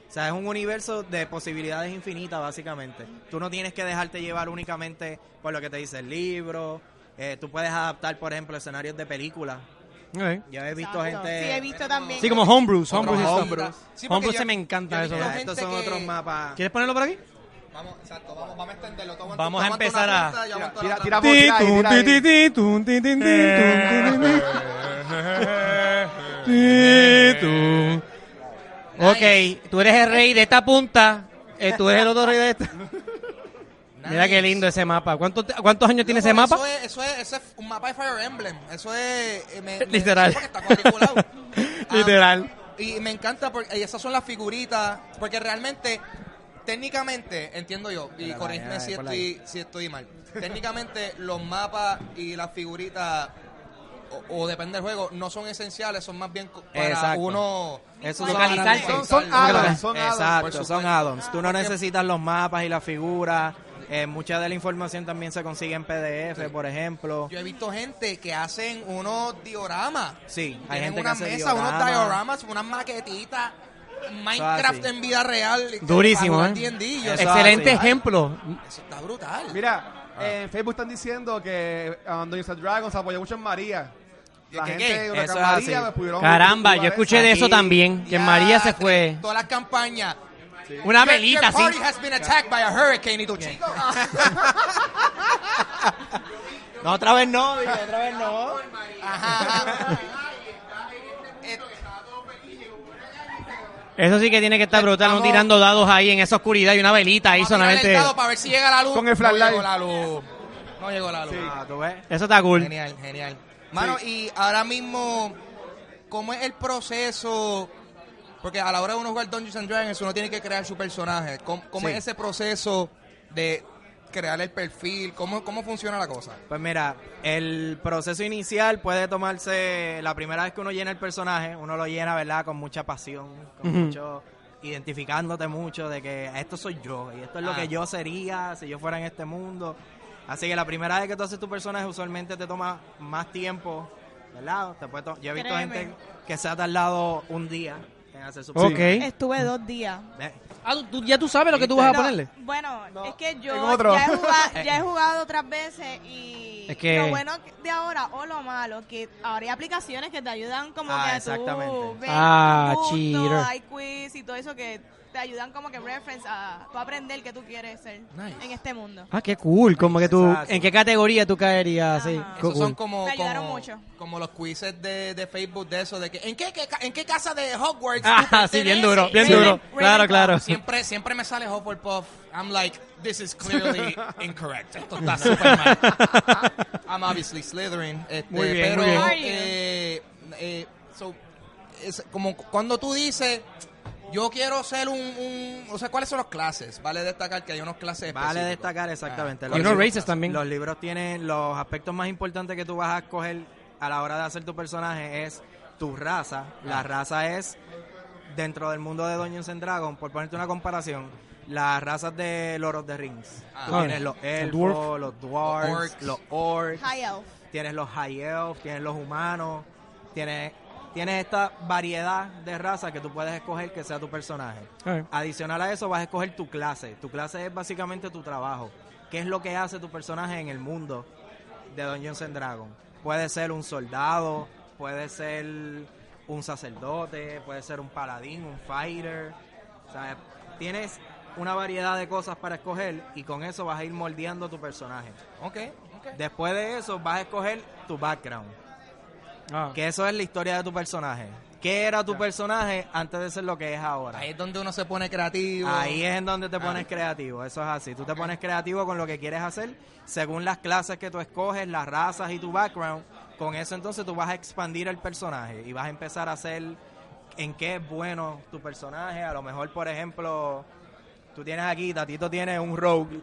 S6: O sea, es un universo de posibilidades infinitas, básicamente. Tú no tienes que dejarte llevar únicamente por lo que te dice el libro. Eh, tú puedes adaptar, por ejemplo, escenarios de películas.
S2: Ok.
S6: Yo he visto
S5: Exacto.
S6: gente...
S5: Sí, he visto también.
S2: Sí, como homebrews.
S1: Otro
S2: Homebrews, y stuff.
S1: homebrews.
S2: homebrews.
S1: Sí, porque yo-
S2: se me encanta
S1: yo
S2: eso.
S1: vi
S6: Ya,
S1: gente
S6: estos son
S1: que-
S6: otros mapas.
S2: ¿Quieres ponerlo por aquí?
S1: Vamos, exacto, vamos, vamos a extenderlo. Tú aguanta-
S2: Vamos
S1: tú
S2: a
S1: aguanta
S2: empezar
S1: una
S2: a-
S1: punta, yo aguanto
S3: Tira,
S1: la
S3: tira,
S1: otra.
S3: por- tira ahí, tira ahí.
S2: Ok, tú eres el rey de esta punta, eh, tú eres el otro rey de esta. Mira qué lindo ese mapa. ¿Cuánto te- ¿Cuántos años tiene ese
S1: Loco,
S2: mapa?
S1: Eso es, eso, es, eso es un mapa de Fire Emblem. Eso es. eh, me- me-
S2: Literal.
S1: porque está
S2: *laughs*
S1: cuadriculado. Ah,
S2: Literal.
S1: y me encanta porque y esas son las figuritas. Porque realmente, técnicamente, entiendo yo, y
S6: Mira,
S1: corrígeme
S6: vaya,
S1: si
S6: por ahí.
S1: estoy, si estoy mal. técnicamente, los mapas y las figuritas, o, o depende del juego, no son esenciales, son más bien co- para
S6: Exacto.
S1: uno.
S6: Eso
S1: para
S2: Localizarse.
S1: localizarlo.
S3: Son, son addons, son addons.
S1: por
S6: Exacto,
S1: supuesto.
S6: son add-ons. Tú no necesitas los mapas y las figuras. Eh, mucha de la información también se consigue en PDF, por ejemplo.
S1: Yo he visto gente que hacen unos dioramas.
S6: Sí, hay
S1: Tienen
S6: gente que
S1: unas
S6: hace
S1: mesas, unos
S6: dioramas.
S1: dioramas, unas maquetitas. Minecraft
S6: así.
S1: en vida real. este,
S2: Durísimo,
S1: para
S2: ¿eh?
S1: jugar D&D, yo-
S6: Eso
S2: Excelente
S6: hace.
S2: ejemplo.
S1: Eso está brutal.
S3: Mira,
S2: Ah.
S3: en Facebook están diciendo que um, Dungeons and Dragons apoyó mucho en María. La
S1: ¿Qué,
S3: gente
S1: qué?
S3: de
S6: Eso
S3: Huracán
S6: es
S3: María
S6: así.
S3: me pudieron
S2: Caramba, yo escuché de eso
S6: Aquí,
S2: también, que
S1: Ya,
S2: María se fue.
S1: Todas las campañas.
S2: Una
S1: Your-
S2: velita,
S1: your
S2: sí.
S1: party has been attacked by a hurricane. Y tú, chico.
S6: No, otra vez no, dije, otra vez no.
S1: Ajá, ajá. Eh,
S2: Eso sí que tiene que estar brutal, no
S1: Estamos-
S2: tirando dados ahí en esa oscuridad y una velita ahí
S1: vamos a mirar el
S2: solamente.
S1: dado Para ver si llega la luz.
S3: Con el flashlight.
S1: No llegó la luz. No llegó la luz.
S6: Ah, ¿tú ves?
S2: Eso está cool.
S1: Genial, genial. Mano, y ahora mismo, ¿cómo es el proceso? Porque a la hora de uno jugar Dungeons and Dragons, uno tiene que crear su personaje. ¿Cómo, cómo
S6: Sí.
S1: es ese proceso de crear el perfil? ¿Cómo, cómo funciona la cosa?
S6: Pues mira, el proceso inicial puede tomarse la primera vez que uno llena el personaje, uno lo llena, ¿verdad? Con mucha pasión, con
S2: Ujú.
S6: mucho identificándote mucho de que esto soy yo y esto es lo
S1: Ah.
S6: que yo sería si yo fuera en este mundo. Así que la primera vez que tú haces tu personaje usualmente te toma más tiempo, ¿verdad? Te puede to- yo he visto
S5: Créeme.
S6: gente que se ha tardado un día en hacer su
S2: Ok.
S6: personaje.
S5: Estuve dos días.
S6: Eh,
S2: Ah, tú- tú- ya tú sabes lo que tú vas a
S5: No,
S2: ponerle.
S5: Bueno, es que yo
S3: en otro.
S6: *laughs*
S5: ya he, jugado, ya he jugado otras veces y
S2: Es que-
S5: lo bueno de ahora o lo malo, que ahora hay aplicaciones que te ayudan como
S6: Ah,
S5: que a
S6: exactamente.
S5: tú ver
S2: Ah,
S5: tus gustos,
S2: cheater.
S5: hay quiz y todo eso que te ayudan como que reference a tú aprender que tú quieres ser en este mundo.
S2: Ah, qué cool. Como que tú,
S6: Exacto.
S2: ¿en qué categoría tú caerías? Sí,
S5: Ajá.
S2: qué
S1: Esos son
S2: cool.
S1: como,
S5: Me ayudaron
S1: como,
S5: mucho.
S1: como los quizzes de, de Facebook de eso, de que ¿en qué, qué ca- en qué casa de
S2: *laughs*
S1: Hogwarts tú
S2: *laughs* Ah, sí, bien duro, bien
S5: Raven-
S2: duro. Claro,
S5: Ravenclaw.
S2: claro.
S1: Siempre, siempre me sale Hufflepuff. I'm like, this is
S6: *laughs*
S1: clearly incorrect. Esto está súper mal. I'm obviously Slytherin. Este,
S2: Muy bien,
S1: pero,
S2: muy bien.
S1: eh, eh, so, es como cuando tú dices, yo quiero ser un, un- O sea, ¿cuáles son las clases? Vale destacar que hay unos clases
S6: Vale
S1: específicos.
S6: destacar exactamente.
S2: Ah.
S6: Los
S2: Y unos
S6: libros-
S2: races también.
S6: Los libros tienen los aspectos más importantes que tú vas a escoger a la hora de hacer tu personaje es tu raza.
S1: Ah.
S6: La raza es dentro del mundo de Dungeons and Dragons, por ponerte una comparación, las razas de Lord of the Rings.
S1: Ah.
S6: Tú
S2: Ah.
S6: tienes los elfos,
S2: dwarf.
S6: los dwarves,
S1: Los orcs.
S6: los orcs,
S5: High Elf.
S6: tienes los high elf, tienes los humanos, tienes tienes esta variedad de razas que tú puedes escoger que sea tu personaje.
S2: Ah.
S6: Adicional a eso vas a escoger tu clase. Tu clase es básicamente tu trabajo. ¿Qué es lo que hace tu personaje en el mundo de Dungeons and Dragons? Puede ser un soldado, puede ser un sacerdote, puede ser un paladín, un fighter. O sea, tienes una variedad de cosas para escoger y con eso vas a ir moldeando tu personaje.
S1: Ah, Ok, ok.
S6: Después de eso vas a escoger tu background.
S2: Ah.
S6: Que eso es la historia de tu personaje. ¿Qué era tu personaje antes de ser lo que es ahora?
S1: Ahí es donde uno se pone creativo.
S6: Ahí es en donde te pones creativo, eso es así. Tú te pones creativo con lo que quieres hacer, según las clases que tú escoges, las razas y tu background. Con eso entonces tú vas a expandir el personaje y vas a empezar a hacer en qué es bueno tu personaje. A lo mejor, por ejemplo, tú tienes aquí, Tatito tiene un rogue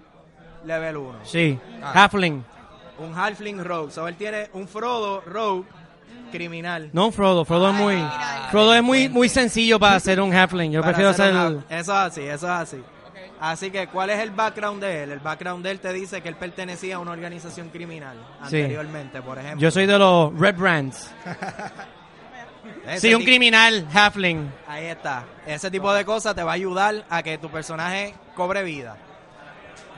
S6: level 1,
S2: Sí,
S1: Ah.
S2: Halfling.
S6: un halfling rogue. O sea, él tiene un Frodo rogue criminal.
S2: No, Frodo. Frodo es muy,
S5: mira.
S2: Frodo es muy, muy sencillo para ser un Halfling. Yo
S6: para
S2: prefiero
S6: hacer
S2: ser...
S6: una- Eso es así, eso es así. Así que, ¿cuál es el background de él? El background de él te dice que él pertenecía a una organización criminal
S2: Sí.
S6: anteriormente, por ejemplo.
S2: Yo soy de los Red Brands.
S6: Ese
S2: Soy un
S6: ti-
S2: criminal Halfling.
S6: Ahí está. Ese tipo de cosas te va a ayudar a que tu personaje cobre vida.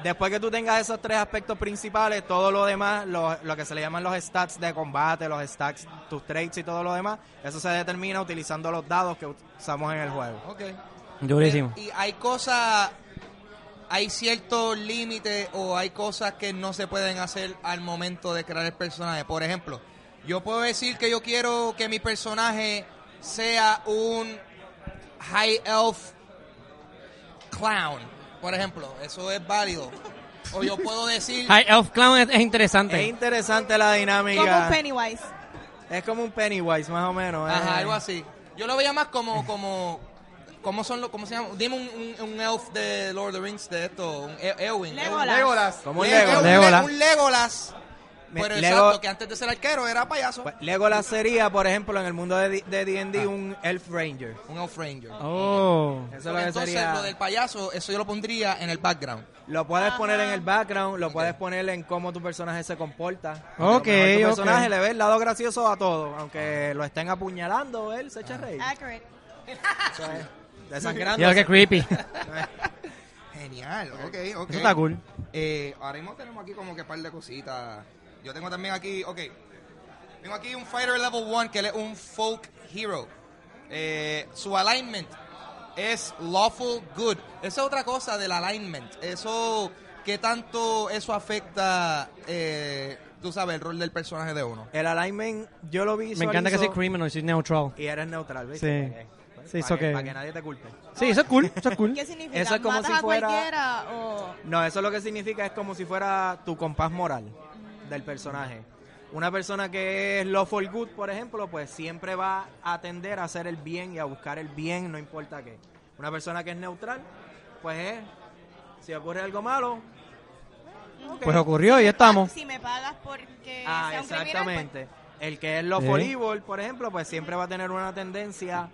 S6: Después que tú tengas esos tres aspectos principales, todo lo demás, lo, lo que se le llaman los stats de combate, los stats, tus traits y todo lo demás, eso se determina utilizando los dados que usamos en el juego.
S1: Ok.
S2: Durísimo.
S1: Eh, Y hay cosas, hay ciertos límites o hay cosas que no se pueden hacer al momento de crear el personaje. Por ejemplo, yo puedo decir que yo quiero que mi personaje sea un High Elf Clown, por ejemplo. Eso es válido. O yo puedo decir...
S2: High Elf Clown es, es
S6: Es
S2: interesante.
S6: interesante la dinámica.
S5: Como un Pennywise.
S6: Es como un Pennywise, más o menos.
S1: Ajá,
S6: eh.
S1: algo así. Yo lo veía más como... como ¿Cómo son los, cómo se llama? Dime un, un, un elf de Lord of the Rings de esto, un e- Eowyn.
S5: Legolas.
S6: Como un
S1: Le-
S6: Legolas.
S1: un Le-
S2: Legolas.
S1: Un Legolas.
S6: Me-
S1: Pero
S6: Lego-
S1: exacto, que antes de ser arquero era payaso.
S6: Pues, Legolas sería, por ejemplo, en el mundo de D- de D&D,
S1: Ah.
S6: un Elf Ranger.
S1: Un elf ranger. Pues
S2: Oh.
S6: Eso es lo que
S1: Entonces,
S6: sería...
S1: lo del payaso, eso yo lo pondría en el background.
S6: Lo puedes poner en el background, lo puedes poner en cómo tu personaje se comporta. Porque a lo
S2: Ok,
S6: mejor
S2: ok.
S6: Tu personaje le ve el lado gracioso a todo, aunque lo estén apuñalando, él se echa a
S1: Ah.
S6: reír.
S5: Accurate.
S6: Eso es desangrando.
S2: Yo que creepy.
S1: Genial, ok, ok.
S2: Eso está cool.
S1: Eh, ahora mismo tenemos aquí como que un par de cositas. Yo tengo también aquí, ok. Tengo aquí un Fighter Level 1 que él es un folk hero. Eh, su alignment es lawful good. Esa es otra cosa del alignment. Eso, ¿qué tanto eso afecta, eh, tú sabes, el rol del personaje de uno?
S6: El alignment, yo lo vi
S2: Me encanta que soy criminal, soy neutral.
S6: Y eres neutral, ¿viste?
S2: Sí.
S6: Para que-
S2: Sí, eso
S6: para que,
S2: que-
S6: para que nadie te culpe.
S2: Sí, eso es cool, eso es *laughs* cool.
S5: ¿Qué significa?
S6: Eso es como
S5: ¿Matas
S6: si
S5: a
S6: fuera-
S5: cualquiera o...?
S6: No, eso lo que significa es como si fuera tu compás moral del personaje. Una persona que es lawful good, por ejemplo, pues siempre va a tender a hacer el bien y a buscar el bien, no importa qué. Una persona que es neutral, pues es, si ocurre algo malo, ok.
S2: Pues ocurrió y ya estamos.
S5: Ah, Si me pagas porque
S6: Ah,
S5: Eh, sea un criminal, pues.
S6: exactamente. El que es lawful
S2: Sí.
S6: evil, por ejemplo, pues siempre va a tener una tendencia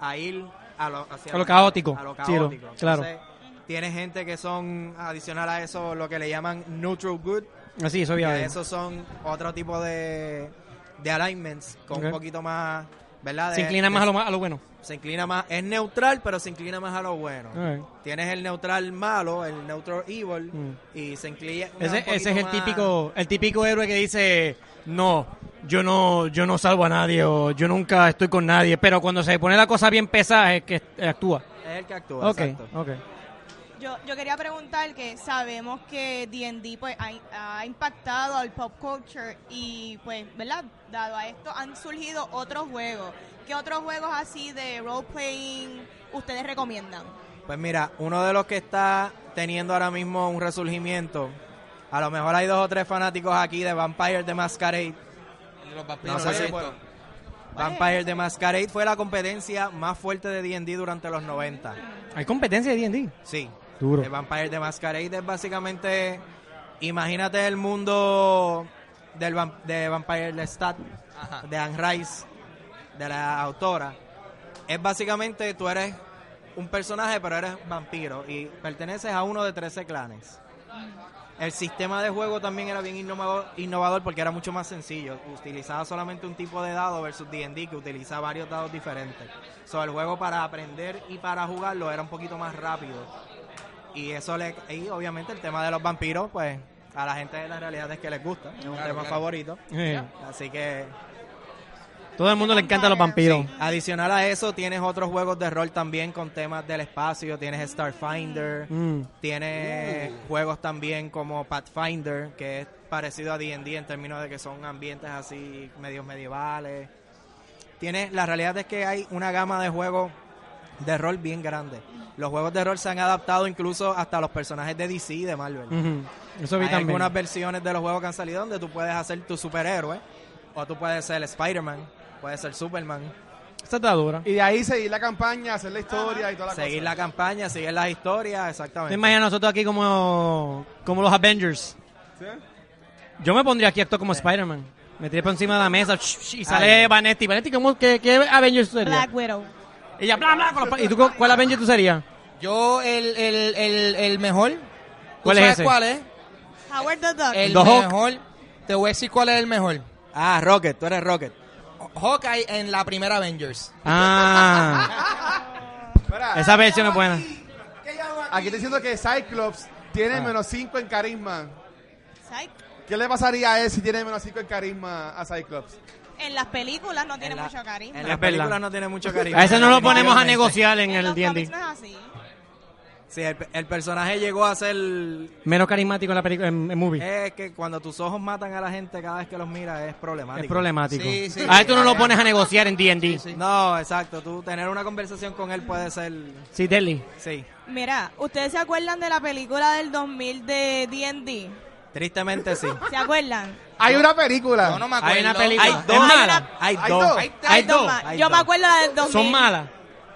S6: a ir a lo, hacia
S2: A lo
S6: la-
S2: caótico.
S6: A lo
S2: Sí, lo-
S6: caótico.
S2: claro.
S6: Entonces, tiene gente que son, adicional a eso, lo que le llaman neutral good,
S2: Así, eso
S6: que
S2: había.
S6: esos son otro tipo de, de alignments con
S2: Ok.
S6: un poquito más ¿verdad?
S2: Se
S6: De-
S2: inclina
S6: de-
S2: más a lo, ma- a lo bueno.
S6: Se inclina más. Es neutral, pero se inclina más a lo bueno. Tienes el neutral malo, el neutral evil,
S2: Mm.
S6: y se inclina.
S2: Ese,
S6: un poquito
S2: ese es el
S6: más-
S2: típico, el típico héroe que dice, no, yo no, yo no salvo a nadie o yo nunca estoy con nadie, pero cuando se pone la cosa bien pesada es que eh, actúa.
S6: Es el que actúa.
S2: Ok,
S6: exacto.
S2: ok.
S5: Yo, yo quería preguntar que sabemos que D&D pues ha, ha impactado al pop culture y pues, ¿verdad? Dado a esto han surgido otros juegos. ¿Qué otros juegos así de role playing ustedes recomiendan?
S6: Pues mira, uno de los que está teniendo ahora mismo un resurgimiento. A lo mejor hay dos o tres fanáticos aquí de Vampire the Masquerade.
S1: Los
S6: No
S1: vampiros.
S6: sé si-
S1: bueno,
S6: Vampire the Masquerade fue la competencia más fuerte de D&D durante los 90.
S2: Hay competencia de D&D.
S6: Sí.
S2: Duro.
S6: El Vampire the Masquerade es básicamente... Imagínate el mundo del vam- de Vampire the Stat,
S1: Ajá.
S6: de Anne Rice, de la autora. Es básicamente tú eres un personaje, pero eres vampiro y perteneces a uno de 13 clanes. El sistema de juego también era bien innovador, innovador porque era mucho más sencillo. Utilizaba solamente un tipo de dado versus D&D que utiliza varios dados diferentes. So, el juego para aprender y para jugarlo era un poquito más rápido. Y eso le y obviamente el tema de los vampiros, pues a la gente la realidad es que les gusta, es un
S1: Claro,
S6: tema
S1: claro.
S6: favorito.
S2: Eh,
S6: Así que
S2: todo el mundo le encanta los vampiros.
S6: adicional a eso tienes otros juegos de rol también con temas del espacio, tienes Starfinder,
S2: Mm. Uh.
S6: Tiene juegos también como Pathfinder, que es parecido a D&D en términos de que son ambientes así medios medievales. Tiene, la realidad es que hay una gama de juegos de rol bien grande. Los juegos de rol se han adaptado incluso hasta los personajes de DC y de Marvel.
S2: Ujú. Mm. Eso vi
S6: Hay
S2: también.
S6: algunas versiones de los juegos que han salido donde tú puedes hacer tu superhéroe, o tú puedes ser Spider-Man, puedes ser Superman.
S2: Esa está dura.
S3: Y de ahí seguir la campaña, hacer la historia y toda la
S6: Seguir
S3: cosa.
S6: la campaña, seguir las historias, exactamente.
S2: ¿Te imaginas nosotros aquí como, como los Avengers? Yo me pondría aquí acto como Spider-Man. Me tiré por encima de la mesa sh- sh- y sale
S6: Ay.
S2: Vanetti. Vanetti, ¿cómo, qué, ¿qué Avengers tú serías?
S5: Black Widow.
S2: Ella, bla, bla, con los pa- ¿Y tú cu- cuál Avenger tú serías?
S1: Yo, el, el, el, el mejor. ¿Tú
S2: ¿Cuál es
S1: sabes
S2: ese?
S1: cuál es?
S5: Howard the Duck.
S1: El
S2: The Hawk.
S1: mejor. Te voy a decir cuál es el mejor.
S6: Ah, Rocket, tú eres Rocket.
S1: Hawkeye en la primera Avengers.
S2: Ah,
S3: Espera,
S2: esa versión es buena.
S3: Aquí te diciendo que Cyclops tiene menos 5 en carisma.
S5: Psych.
S3: ¿Qué le pasaría a él si tiene menos 5 en carisma a Cyclops?
S5: En las películas no tiene
S6: En la-
S5: mucho
S2: Es
S6: En
S5: carisma.
S6: las
S2: verdad.
S6: películas no tiene mucho carisma.
S2: A ese no lo ponemos a
S6: Definitivamente.
S2: negociar en
S5: En
S2: el
S5: los
S2: D&D.
S5: cómics no es así.
S6: Sí, el, pe- el personaje llegó a ser...
S2: Menos carismático en la película, en, en movie.
S6: Es que cuando tus ojos matan a la gente cada vez que los miras es problemático.
S2: es problemático.
S1: Sí, sí.
S2: a esto no lo pones a negociar en D&D. Sí,
S6: No, exacto. Tú tener una conversación con él puede ser...
S2: Deli.
S6: Sí.
S5: Mira, ¿ustedes se acuerdan de la película del 2000 de D&D?
S6: Tristemente sí.
S5: *laughs* ¿Se acuerdan?
S3: Hay una película.
S1: Yo no me acuerdo.
S2: Hay una película.
S6: Hay
S2: Es
S6: dos.
S2: mala.
S6: Hay
S3: Hay
S6: dos.
S3: dos.
S1: Ahí está.
S2: Hay dos.
S5: más.
S6: hay
S5: Yo me
S6: dos.
S5: acuerdo la del 2000.
S2: Son malas.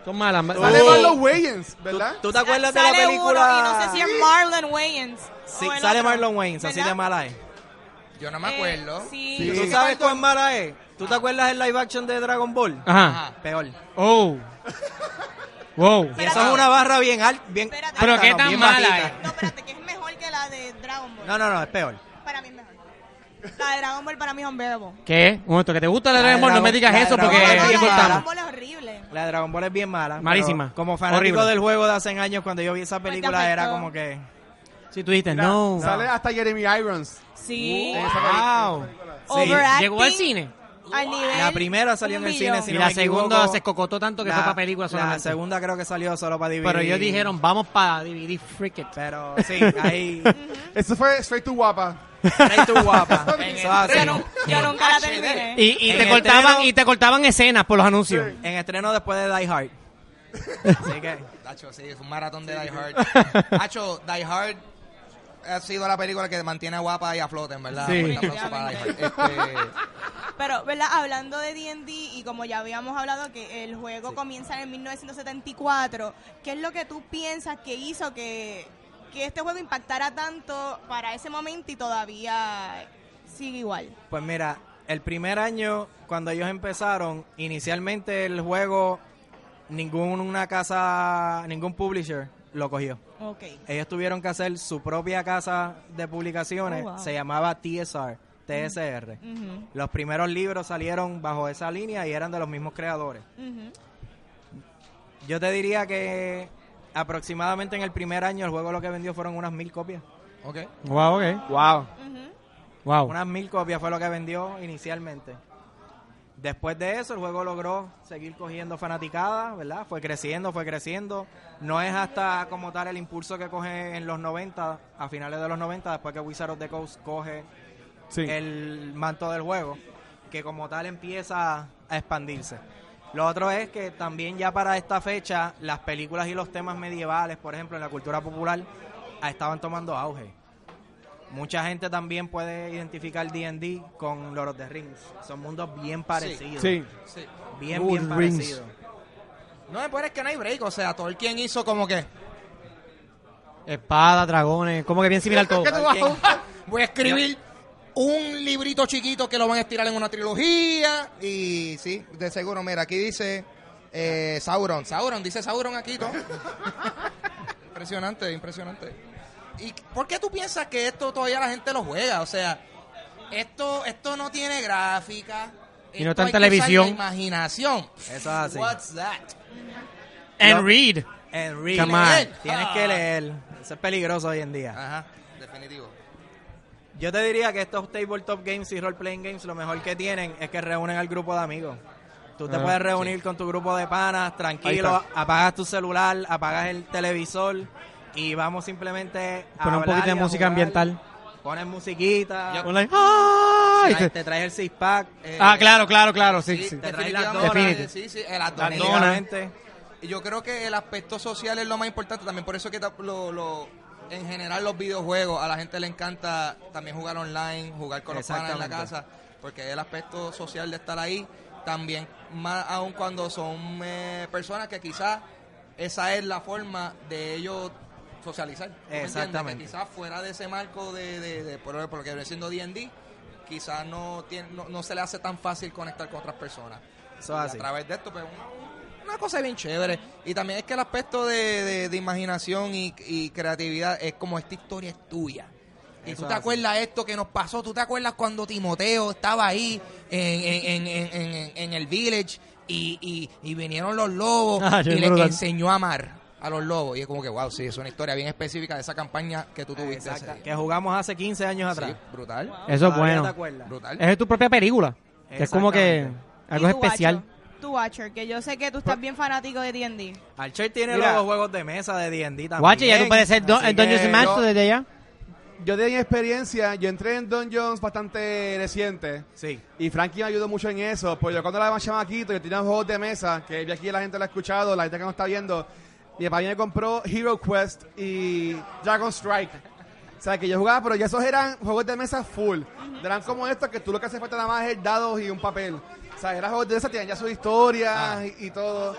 S2: Son malas.
S3: Sale
S2: Oh.
S3: Marlon Wayans, ¿verdad?
S6: ¿Tú te acuerdas de la
S5: Sale
S6: película?
S5: uno y no sé si es Marlon Wayans.
S6: Sí,
S5: o el
S6: sale
S5: otro.
S6: Marlon Wayans, así
S5: ¿Verdad?
S6: de mala es.
S1: Yo no me
S5: Eh,
S1: acuerdo.
S5: sí.
S3: Sí.
S6: ¿Tú sabes cuán mala es? ¿Tú te acuerdas del live action de Dragon Ball?
S2: Ajá.
S1: Ajá.
S6: Peor.
S2: Oh. Wow.
S6: Y eso es una barra bien alta. Bien,
S5: Espérate.
S2: Pero
S6: alta,
S2: qué
S6: no,
S2: tan
S6: bien
S2: mala
S6: bajita.
S2: es.
S5: No, espérate, que es mejor que la de Dragon Ball.
S6: No, no, no, es peor.
S5: Para mí es mejor. La de Dragon Ball para mí es unbearable.
S2: ¿Qué? Un momento, que te gusta la
S6: La
S2: Dragon Ball, no
S6: Dragon-
S2: me digas
S6: la
S2: eso
S6: Dragon
S2: porque
S6: Ball
S5: No,
S6: Eh, es
S5: no,
S2: es
S5: la de Dragon
S2: importante.
S5: Ball es horrible.
S6: La de Dragon Ball es bien mala.
S2: Malísima.
S6: pero Como fanático
S2: Horrible.
S6: del juego de hace años, cuando yo vi esa película
S5: afectó.
S6: era como que...
S2: Si tú dijiste,
S3: Mira,
S2: no.
S3: Sale hasta Jeremy Irons.
S6: Uh,
S5: Sí.
S2: Wow.
S5: Overacting
S2: Llegó al cine.
S5: Al nivel
S6: La primera salió en
S5: un
S6: el cine,
S5: billón.
S6: si
S2: Y
S6: no
S2: la
S6: me
S2: segunda
S6: equivoco,
S2: se cocotó tanto que
S6: la-
S2: fue para película solamente.
S6: La segunda creo que salió solo para DVD.
S2: Pero ellos dijeron, vamos para DVD Freak It.
S6: Pero sí, ahí...
S3: Eso fue Straight to Guapa.
S6: Trae tu
S2: *laughs*
S6: guapa. Eso es así.
S5: Yo nunca la terminé.
S2: Y, y
S6: En
S2: te
S6: el
S2: cortaban
S6: estreno-
S2: y te cortaban escenas por los anuncios.
S6: En estreno después de Die Hard. Así que...
S1: Hacho, sí, es un maratón de Die
S2: *laughs*
S1: Hard. Hacho, Die Hard ha sido la película que mantiene a guapa y a flote, en verdad.
S2: Sí.
S1: Fuerte aplauso para Die Hard. Este,
S5: Pero, ¿verdad? Hablando de D&D y como ya habíamos hablado que el juego comienza en 1974, ¿qué es lo que tú piensas que hizo que, que este juego impactara tanto para ese momento y todavía sigue igual?
S6: Pues mira, el primer año, cuando ellos empezaron, inicialmente el juego, ninguna casa, ningún publisher lo cogió.
S5: Ok.
S6: Ellos tuvieron que hacer su propia casa de publicaciones,
S5: Oh, wow.
S6: se llamaba TSR, TSR.
S5: Ujú,
S6: Los primeros libros salieron bajo esa línea y eran de los mismos creadores.
S5: ujú.
S6: Yo te diría que aproximadamente en el primer año el juego lo que vendió fueron unas mil copias.
S1: Ok.
S2: Wow, ok.
S4: Wow.
S2: Wow.
S6: Unas mil copias fue lo que vendió inicialmente. Después de eso, el juego logró seguir cogiendo fanaticada, ¿verdad? Fue creciendo, fue creciendo. No es hasta como tal el impulso que coge en los 90, a finales de los 90, después que Wizard of the Coast coge
S3: Sí.
S6: el manto del juego, que como tal empieza a expandirse. Lo otro es que también ya para esta fecha, las películas y los temas medievales, por ejemplo, en la cultura popular, ah, estaban tomando auge. Mucha gente también puede identificar D&D con Lord of the Rings. Son mundos bien parecidos.
S3: Sí.
S1: Sí.
S6: Bien,
S3: Lord
S6: bien
S3: of the Rings.
S6: parecidos.
S1: No, después es que no hay break. O sea, Tolkien hizo como que.
S2: Espada, dragones, como que bien
S6: *laughs*
S2: similar todo.
S1: ¿Qué tú vas a buscar? Voy a escribir un librito chiquito que lo van a estirar en una trilogía. Y sí, de seguro, mira, aquí dice eh, Sauron. Sauron, dice Sauron aquí
S2: *laughs*
S1: todo. impresionante, impresionante. ¿Y por qué tú piensas que esto todavía la gente lo juega? O sea, esto, esto no tiene gráfica.
S2: Y no
S1: esto
S2: está en
S1: hay que usar
S2: televisión.
S1: la imaginación.
S6: Eso es así.
S1: What's that?
S2: And read.
S6: And read.
S2: Come on. Ah.
S6: Tienes que leer. Eso es peligroso hoy en día.
S1: Ajá, definitivo.
S6: Yo te diría que estos tabletop games y role-playing games lo mejor que tienen es que reúnen al grupo de amigos. Tú
S2: Ah,
S6: te puedes reunir con tu grupo de panas, tranquilo, apagas tu celular, apagas el televisor y vamos simplemente a
S2: Poner un
S6: hablar
S2: poquito de
S6: y a
S2: música ambiental.
S6: Pones musiquita,
S1: Yo-
S2: Online. Ah,
S6: traes-
S2: este-
S6: te traes el six pack.
S1: Eh,
S2: ah, claro, claro, claro, sí,
S1: Sí,
S2: sí.
S6: te traes las
S1: definitivamente,
S2: donas.
S1: Sí, sí, eh, las
S2: Las
S1: donas.
S2: donas.
S6: definitivamente.
S1: Y Yo creo que el aspecto social es lo más importante también. Por eso es que ta- lo, lo- en general los videojuegos a la gente le encanta también jugar online, jugar con los panas en la
S6: Exactamente.
S1: casa, porque el aspecto social de estar ahí también, más aún cuando son eh, personas que quizás esa es la forma de ellos socializar. ¿Tú me entiendes?
S6: Exactamente.
S1: Que quizás fuera de ese marco de, de, de- por, por lo que viene siendo D&D, quizás no, tiene- no, no se le hace tan fácil conectar con otras personas.
S6: Eso es
S1: Y
S6: así.
S1: a través de esto, pues un- una cosa bien chévere. Y también es que el aspecto de, de- de imaginación y, y creatividad es como esta historia es tuya. Y tú
S6: Eso es
S1: te
S6: así.
S1: acuerdas esto que nos pasó, tú te acuerdas cuando Timoteo estaba ahí en, en- en- en- en- en- en el village y, y- y vinieron los lobos
S2: Ah,
S1: y
S2: yo
S1: le
S2: brutal.
S1: enseñó a amar a los lobos. Y es como que, wow, sí, es una historia bien específica de esa campaña que tú tuviste. ese
S6: Exacta-
S1: día.
S6: Que jugamos hace 15 años
S1: Sí,
S6: atrás.
S1: brutal,
S2: Eso es
S6: Todavía te
S2: bueno.
S6: acuerdas.
S1: brutal.
S2: Es tu propia película. que Es como que
S5: ¿Y
S2: algo
S5: tu
S2: especial. Pues-
S5: Watcher? Tu Watcher, que yo sé que tú estás bien fanático de D&D.
S6: Archer tiene
S3: Mira.
S6: los juegos de mesa de D&D también.
S2: Guache, ya tú puedes ser Don-
S6: Así
S2: el Dungeons
S6: que-
S2: and Masters
S3: yo-
S2: desde allá.
S3: Yo tenía experiencia, yo entré en Dungeons bastante reciente.
S6: Sí.
S3: Y Frankie me ayudó mucho en eso. Pues yo cuando la más chamaquito, yo tenía juegos de mesa, que vi aquí la gente lo ha escuchado, la gente que nos está viendo. Mi papá me compró Hero Quest y Dragon Strike. O sea, que yo jugaba, pero ya esos eran juegos de mesa full. Eran como estos que tú lo que hace falta nada más es dados y un papel. O sea, eran juegos de mesa, tenían ya sus historias y, y todo.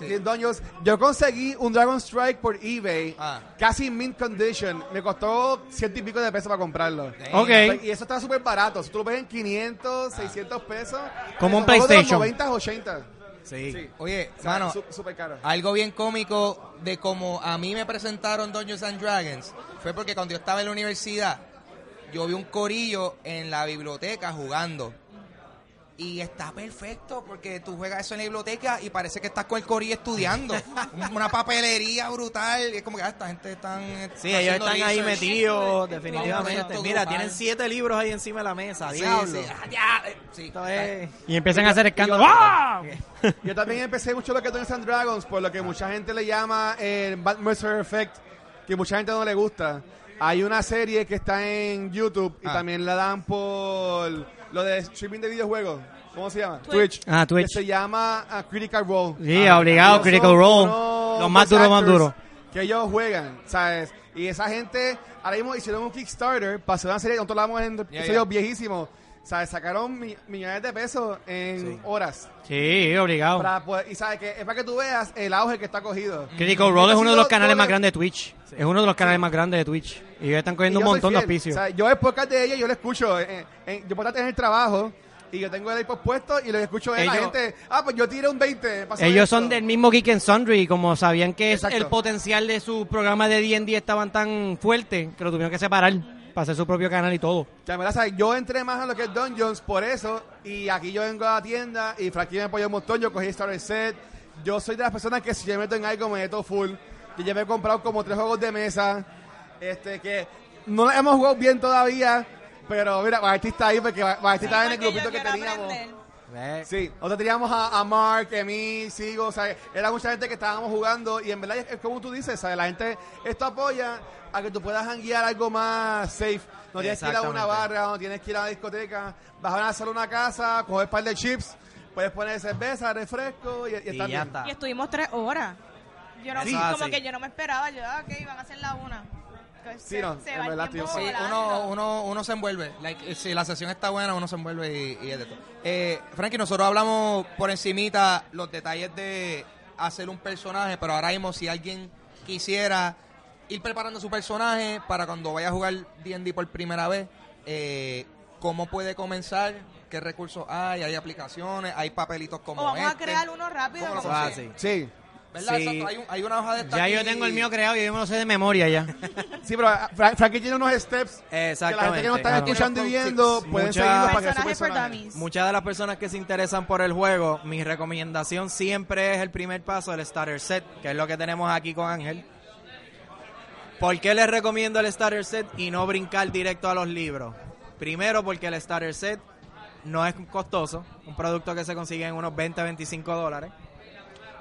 S3: Y en Dungeons, yo conseguí un Dragon Strike por eBay,
S1: Ah.
S3: casi en mint condition. Me costó ciento y pico de pesos para comprarlo.
S2: Ok. Ah.
S3: Y eso está súper barato. Si tú lo ves en 500, 600 pesos.
S2: Como
S3: Esos
S2: un
S3: juegos
S2: PlayStation.
S3: De los 90, 80.
S6: Sí.
S3: Sí.
S1: Oye,
S3: O sea,
S1: mano,
S3: su- súper caro.
S1: Algo bien cómico de cómo a mí me presentaron Dungeons and Dragons fue porque cuando yo estaba en la universidad, yo vi un corillo en la biblioteca jugando. Y está perfecto porque tú juegas eso en la biblioteca y parece que estás con el corillo estudiando.
S6: *laughs*
S1: Una papelería brutal. Y es como que ah, esta gente están.
S6: Sí, ellos
S1: haciendo
S6: están ahí
S1: research.
S6: metidos,
S1: Vamos a
S6: definitivamente.
S1: esto
S6: Mira,
S1: grupal.
S6: tienen siete libros ahí encima de la mesa,
S1: Sí,
S6: diablo.
S1: sí. Ah, ya, eh, sí.
S6: Esto es...
S2: Y empiezan a hacer escándalo. ¡Ah!
S3: Yo también empecé mucho lo que es Dungeons and Dragons, por lo que mucha gente le llama el Bad Mercer Effect, que mucha gente no le gusta. Hay una serie que está en YouTube y
S1: Ah.
S3: también la dan por lo de streaming de videojuegos. ¿Cómo se llama?
S5: Twitch.
S2: Ah, Twitch.
S3: Que se llama ah, Critical Role. Ah,
S2: Sí, obligado,
S3: ellos
S2: Critical
S3: son
S2: Role.
S3: unos
S2: Los más duros, más
S3: actors
S2: duros.
S3: Que ellos juegan, ¿sabes? Y esa gente, ahora mismo hicieron un Kickstarter para hacer una serie, nosotros la vamos en
S1: Ya, ya.
S3: episodios viejísimos. ¿Sabes? Sacaron mi- millones de pesos en horas.
S2: Sí, obligado.
S3: Para poder- y sabes que es para que tú veas el auge que está cogido.
S2: Critical Role
S3: Yo
S2: es
S3: he
S2: uno de
S3: sido
S2: los canales
S3: todo
S2: más
S3: el-
S2: grandes de Twitch. Es uno de los canales más grandes de Twitch. Y ellos están cogiendo un montón de
S3: pisos
S2: auspicios.
S3: yo el podcast de ellos, yo lo escucho. eh, eh, yo puedo estar en el trabajo y yo tengo el iPod puesto y lo escucho a la
S2: Ellos-
S3: gente. Ah, pues yo tiré un 20. pasó
S2: Ellos
S3: esto.
S2: son del mismo Geek and Sundry. y Como sabían que es
S3: Exacto.
S2: el potencial de su programa de D&D estaban tan fuerte que lo tuvieron que separar para hacer su propio canal y todo.
S3: O sea, en verdad, ¿sabes? Yo entré más a lo que es Dungeons por eso. Y aquí yo vengo a la tienda y Frankie me apoyó un montón. Yo cogí Star Set. Yo soy de las personas que si yo me meto en algo me meto full. Y ya me he comprado como tres juegos de mesa. Este que no los hemos jugado bien todavía. Pero mira, Basti está ahí porque Basti estaba en el
S5: Porque yo
S3: grupito que
S5: quiero
S3: teníamos.
S5: aprender.
S6: Eh,
S3: Sí, nosotros teníamos a, a Mark, a mí, Sigo, o sea, era mucha gente que estábamos jugando y en verdad es, es como tú dices, ¿sabes? la gente esto apoya a que tú puedas hanguear algo más safe. No tienes que ir a una
S6: Exactamente.
S3: barra, no tienes que ir a una discoteca, vas a una sala, una casa, coger un par de chips, puedes poner cerveza, refresco y, y
S6: Y
S3: estar
S6: ya
S3: bien.
S6: está.
S5: Y estuvimos tres horas. Yo no,
S6: Sí.
S5: como
S6: Ah, sí.
S5: que yo no me esperaba. Yo, ah, ok, van a ser la una. Que
S3: Sí,
S5: se,
S3: no,
S5: se
S3: en
S5: va el
S3: verdad,
S5: tiempo
S3: tío,
S1: Sí, uno,
S5: volando.
S1: uno, uno se envuelve. Like, eh, si la sesión está buena, uno se envuelve y, y es de todo. Eh, Frankie, nosotros hablamos por encimita los detalles de hacer un personaje, pero ahora mismo si alguien quisiera ir preparando su personaje para cuando vaya a jugar D&D por primera vez, eh, ¿cómo puede comenzar? ¿Qué recursos hay? ¿Hay aplicaciones? ¿Hay papelitos como
S5: O vamos a
S1: este?
S5: crear uno rápido.
S1: ¿Cómo lo
S5: como
S6: Ah,
S5: que-
S6: sí.
S3: Sí,
S1: ¿Verdad?
S6: Sí.
S1: Exacto, Hay, un- hay una hoja de esta
S2: Ya
S1: aquí.
S2: yo tengo el mío creado y yo me lo sé de memoria ya.
S3: sí, pero ah, Fra- Frankie tiene unos steps que la gente que nos
S6: Exactamente.
S3: está
S6: claro.
S3: escuchando y viendo
S6: Mucha-
S3: pueden seguirlos Ah, para que su
S5: Personaje for
S3: personaje.
S5: dummies.
S6: Muchas de las personas que se interesan por el juego, mi recomendación siempre es el primer paso del starter set, que es lo que tenemos aquí con Ángel. ¿Por qué les recomiendo el starter set y no brincar directo a los libros? Primero porque el starter set no es costoso, un producto que se consigue en unos 20 25 dólares.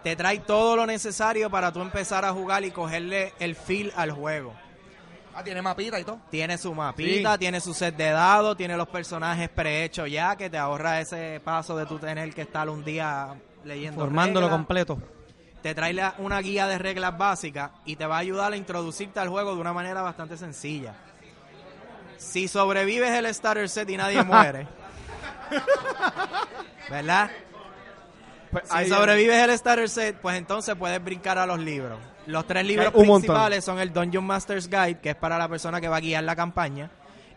S6: Te trae todo lo necesario para tú empezar a jugar y cogerle el feel al juego.
S1: Ah, tiene mapita y todo.
S6: Tiene su mapita, tiene su set de dados, tiene los personajes prehechos ya, que te ahorra ese paso de tú tener que estar un día leyendo.
S2: Formándolo
S6: reglas.
S2: completo.
S6: Te trae la- una guía de reglas básicas y te va a ayudar a introducirte al juego de una manera bastante sencilla. Si sobrevives el starter set y nadie muere, ¿verdad?
S3: Pues ahí-
S6: Si sobrevives el starter set, pues entonces puedes brincar a los libros. Los tres libros
S3: un montón.
S6: principales son el Dungeon Master's Guide, que es para la persona que va a guiar la campaña,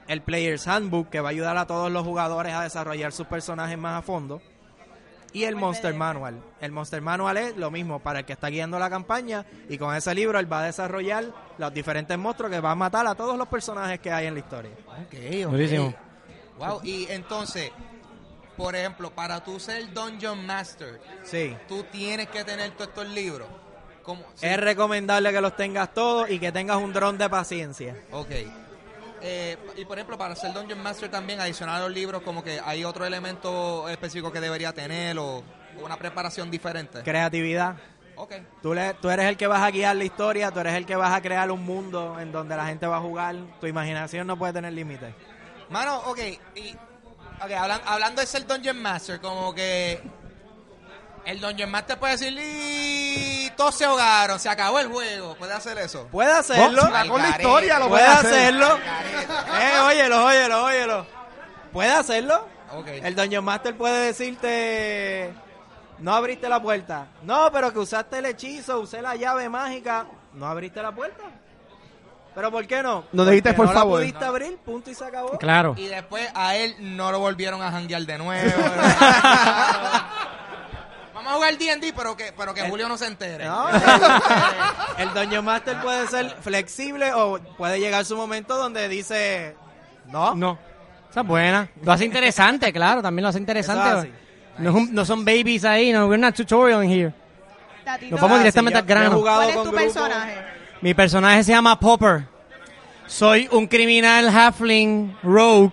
S6: el Player's Handbook, que va a ayudar a todos los jugadores a desarrollar sus personajes más a fondo, y el Monster Manual. El Monster Manual es lo mismo para el que está guiando la campaña y con ese libro él va a desarrollar los diferentes monstruos que va a matar a todos los personajes que hay en la historia.
S1: Ok, ok.
S2: Durísimo.
S1: Wow, y entonces, por ejemplo, para tú ser Dungeon Master,
S6: Sí.
S1: tú tienes que tener todos estos libros. ¿Cómo? Sí,
S6: Es recomendable que los tengas todos y que tengas un dron de paciencia.
S1: Ok. Eh, y por ejemplo, para ser Dungeon Master también, adicional a los libros, como que hay otro elemento específico que debería tener o, o una preparación diferente.
S6: Creatividad.
S1: Ok.
S6: Tú, le- tú eres el que vas a guiar la historia, tú eres el que vas a crear un mundo en donde la gente va a jugar. Tu imaginación no puede tener límites.
S1: Mano, ok. Y, ok, hablan- hablando de ser Dungeon Master, como que el Dungeon Master puede decir, "Y todos se ahogaron, se acabó el juego. Puede hacer eso.
S6: Puede hacerlo.
S1: Box,
S3: con Oh, la
S1: Al
S3: historia
S1: garete.
S3: lo
S6: Puede
S3: puedes hacer.
S6: hacerlo. Eh, óyelo, óyelo, óyelo. Puede hacerlo.
S1: Ok.
S6: El Dungeon Master puede decirte, no abriste la puerta. No, pero que usaste el hechizo, usé la llave mágica, no abriste la puerta. ¿Pero por qué no?
S3: No dijiste,
S6: Porque
S3: por
S6: no la
S3: favor.
S6: pudiste abrir, punto y se acabó.
S2: Claro.
S1: Y después a él no lo volvieron a janguear de nuevo.
S3: *laughs*
S1: Vamos a jugar D&D, pero que, pero que Julio no se entere.
S6: No, el- *laughs* el Dungeon Master puede ser flexible o puede llegar su momento donde dice no.
S2: No. Esa es buena. Lo hace interesante, claro, también lo hace interesante.
S6: Eso
S2: No, es un- no son babies ahí, no, we're not tutorial in here.
S5: Tatito,
S2: Nos vamos
S6: Ah,
S2: directamente
S6: sí,
S2: al
S6: yo- yo he
S2: grano.
S6: jugado
S5: ¿Cuál es
S6: con
S5: tu
S6: grupos-
S5: personaje?
S2: Mi personaje se llama Popper. Soy un criminal halfling rogue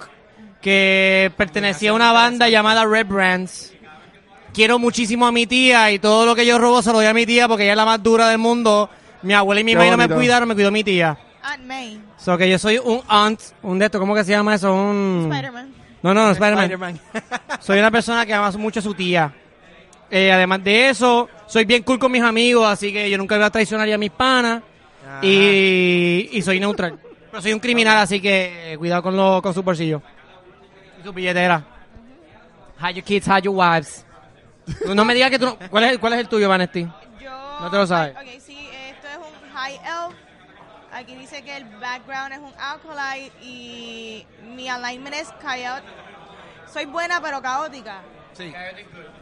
S2: que pertenecía a una banda llamada Red Brands. Quiero muchísimo a mi tía y todo lo que yo robo se lo doy a mi tía porque ella es la más dura del mundo. Mi abuela y mi
S3: Qué
S2: mamá no me
S3: bonito.
S2: cuidaron, me cuidó mi tía.
S5: Aunt May.
S2: So que yo soy un aunt, un de estos, ¿cómo que se llama eso? Un...
S5: Spider-Man.
S2: No, no, no, Spider-Man. *laughs*
S6: Spider-Man.
S2: Soy una persona que ama mucho a su tía. Eh, además de eso, soy bien cool con mis amigos, así que yo nunca voy a traicionar ya a mis panas.
S6: Ajá.
S2: Y, y soy neutral. Pero soy un criminal, así que eh, cuidado con, lo, con su bolsillo. Y su billetera. How your kids, how your wives. Tú no me digas que tú no... ¿Cuál es, el- cuál es el tuyo, Vanesti?
S5: Yo,
S2: No te lo sabes.
S5: Ok, sí, esto es un High Elf. Aquí dice que el background es un Alkalite y mi alignment es Coyote. Soy buena pero caótica.
S1: Sí.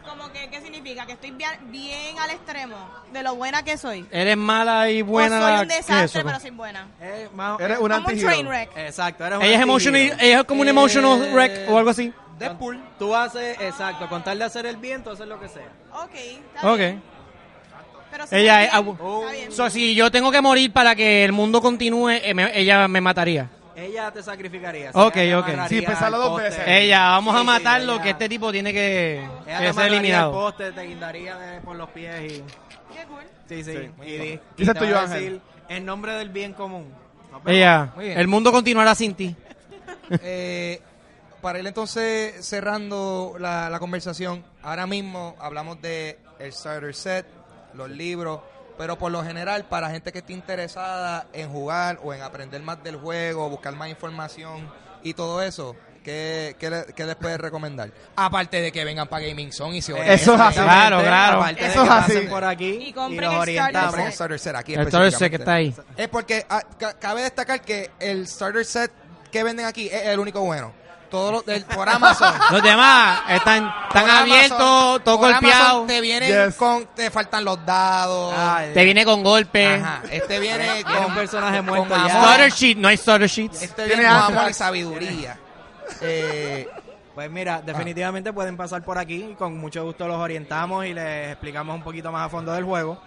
S5: Como que, ¿qué significa? Que estoy bien, bien al extremo de lo buena que soy.
S2: Eres mala y buena.
S5: o Pues soy un
S2: ¿qué es
S5: desastre,
S2: eso?
S5: pero soy buena.
S6: Eh, más-
S3: Eres un
S5: Como un
S3: antihero.
S5: train wreck.
S6: Exacto, eres un
S2: Ella es,
S6: antihero.
S2: emotional, ella es como un emotional
S6: Eh,
S2: wreck o algo así.
S1: Deadpool.
S6: Tú haces, exacto, con tal de hacer el bien, tú haces lo que sea.
S5: Ok, está
S2: Ok.
S5: bien. Pero soy
S2: Ella
S5: bien,
S2: es abu- Oh.
S5: está bien.
S2: So, si yo tengo que morir para que el mundo continúe, eh, me- ella me mataría.
S6: Ella te sacrificaría.
S2: Ok,
S6: ella te
S2: ok.
S6: amarraría
S3: Sí, pensarlo
S6: al
S3: dos
S6: poste.
S3: veces.
S2: Ella, Eh, vamos
S6: Sí,
S2: a
S6: sí,
S2: matar lo
S6: ella-
S2: que este tipo tiene que,
S6: Ella
S2: que
S6: te
S2: ser
S6: amarraría al
S2: eliminado.
S6: poste, te guindaría de- por los pies y...
S5: Qué cool.
S6: Sí, sí.
S3: muy
S6: y, di-
S3: Dices
S6: te
S3: tú,
S6: va a
S3: Joan
S6: decir,
S3: Ángel.
S6: En nombre del bien común. No, pero-
S2: Ella,
S1: Muy bien.
S2: el mundo continuará sin ti.
S1: Eh, para ir entonces cerrando la, la conversación, ahora mismo hablamos de el starter set, los libros, pero por lo general para gente que esté interesada en jugar o en aprender más del juego, buscar más información y todo eso, ¿qué, qué, le- qué les puedes recomendar? Aparte de que vengan para Gaming Zone y se vayan.
S3: Eso es así.
S2: Claro, claro.
S6: eh, Aparte de
S3: Eso
S6: que
S3: es así.
S6: pasen por aquí
S5: Y
S6: y,
S5: compren
S6: los
S5: el
S6: orientamos.
S5: Starter
S1: Compren el
S5: set.
S1: starter set aquí
S2: El starter set que
S1: específicamente.
S2: está ahí.
S1: Es porque ah, ca- cabe destacar que el starter set que venden aquí es el único bueno. Todos los del- por
S2: *laughs*
S1: Amazon.
S2: Los demás están, están
S1: Por Amazon-
S2: abiertos, todo
S1: por
S2: golpeado.
S1: Amazon Te vienen
S3: Yes.
S1: con, te faltan los dados.
S6: Ay,
S2: Te viene con golpes.
S1: Ajá. Este viene
S6: Viene
S1: con
S6: un personaje
S1: con
S6: muerto ya.
S1: amor.
S2: Starter sheet, no hay starter sheets.
S1: Este
S3: Tiene
S1: viene con
S3: antrax.
S1: amor y sabiduría. Eh,
S6: Pues mira, definitivamente pueden pasar por aquí y con mucho gusto los orientamos y les explicamos un poquito más a fondo del juego.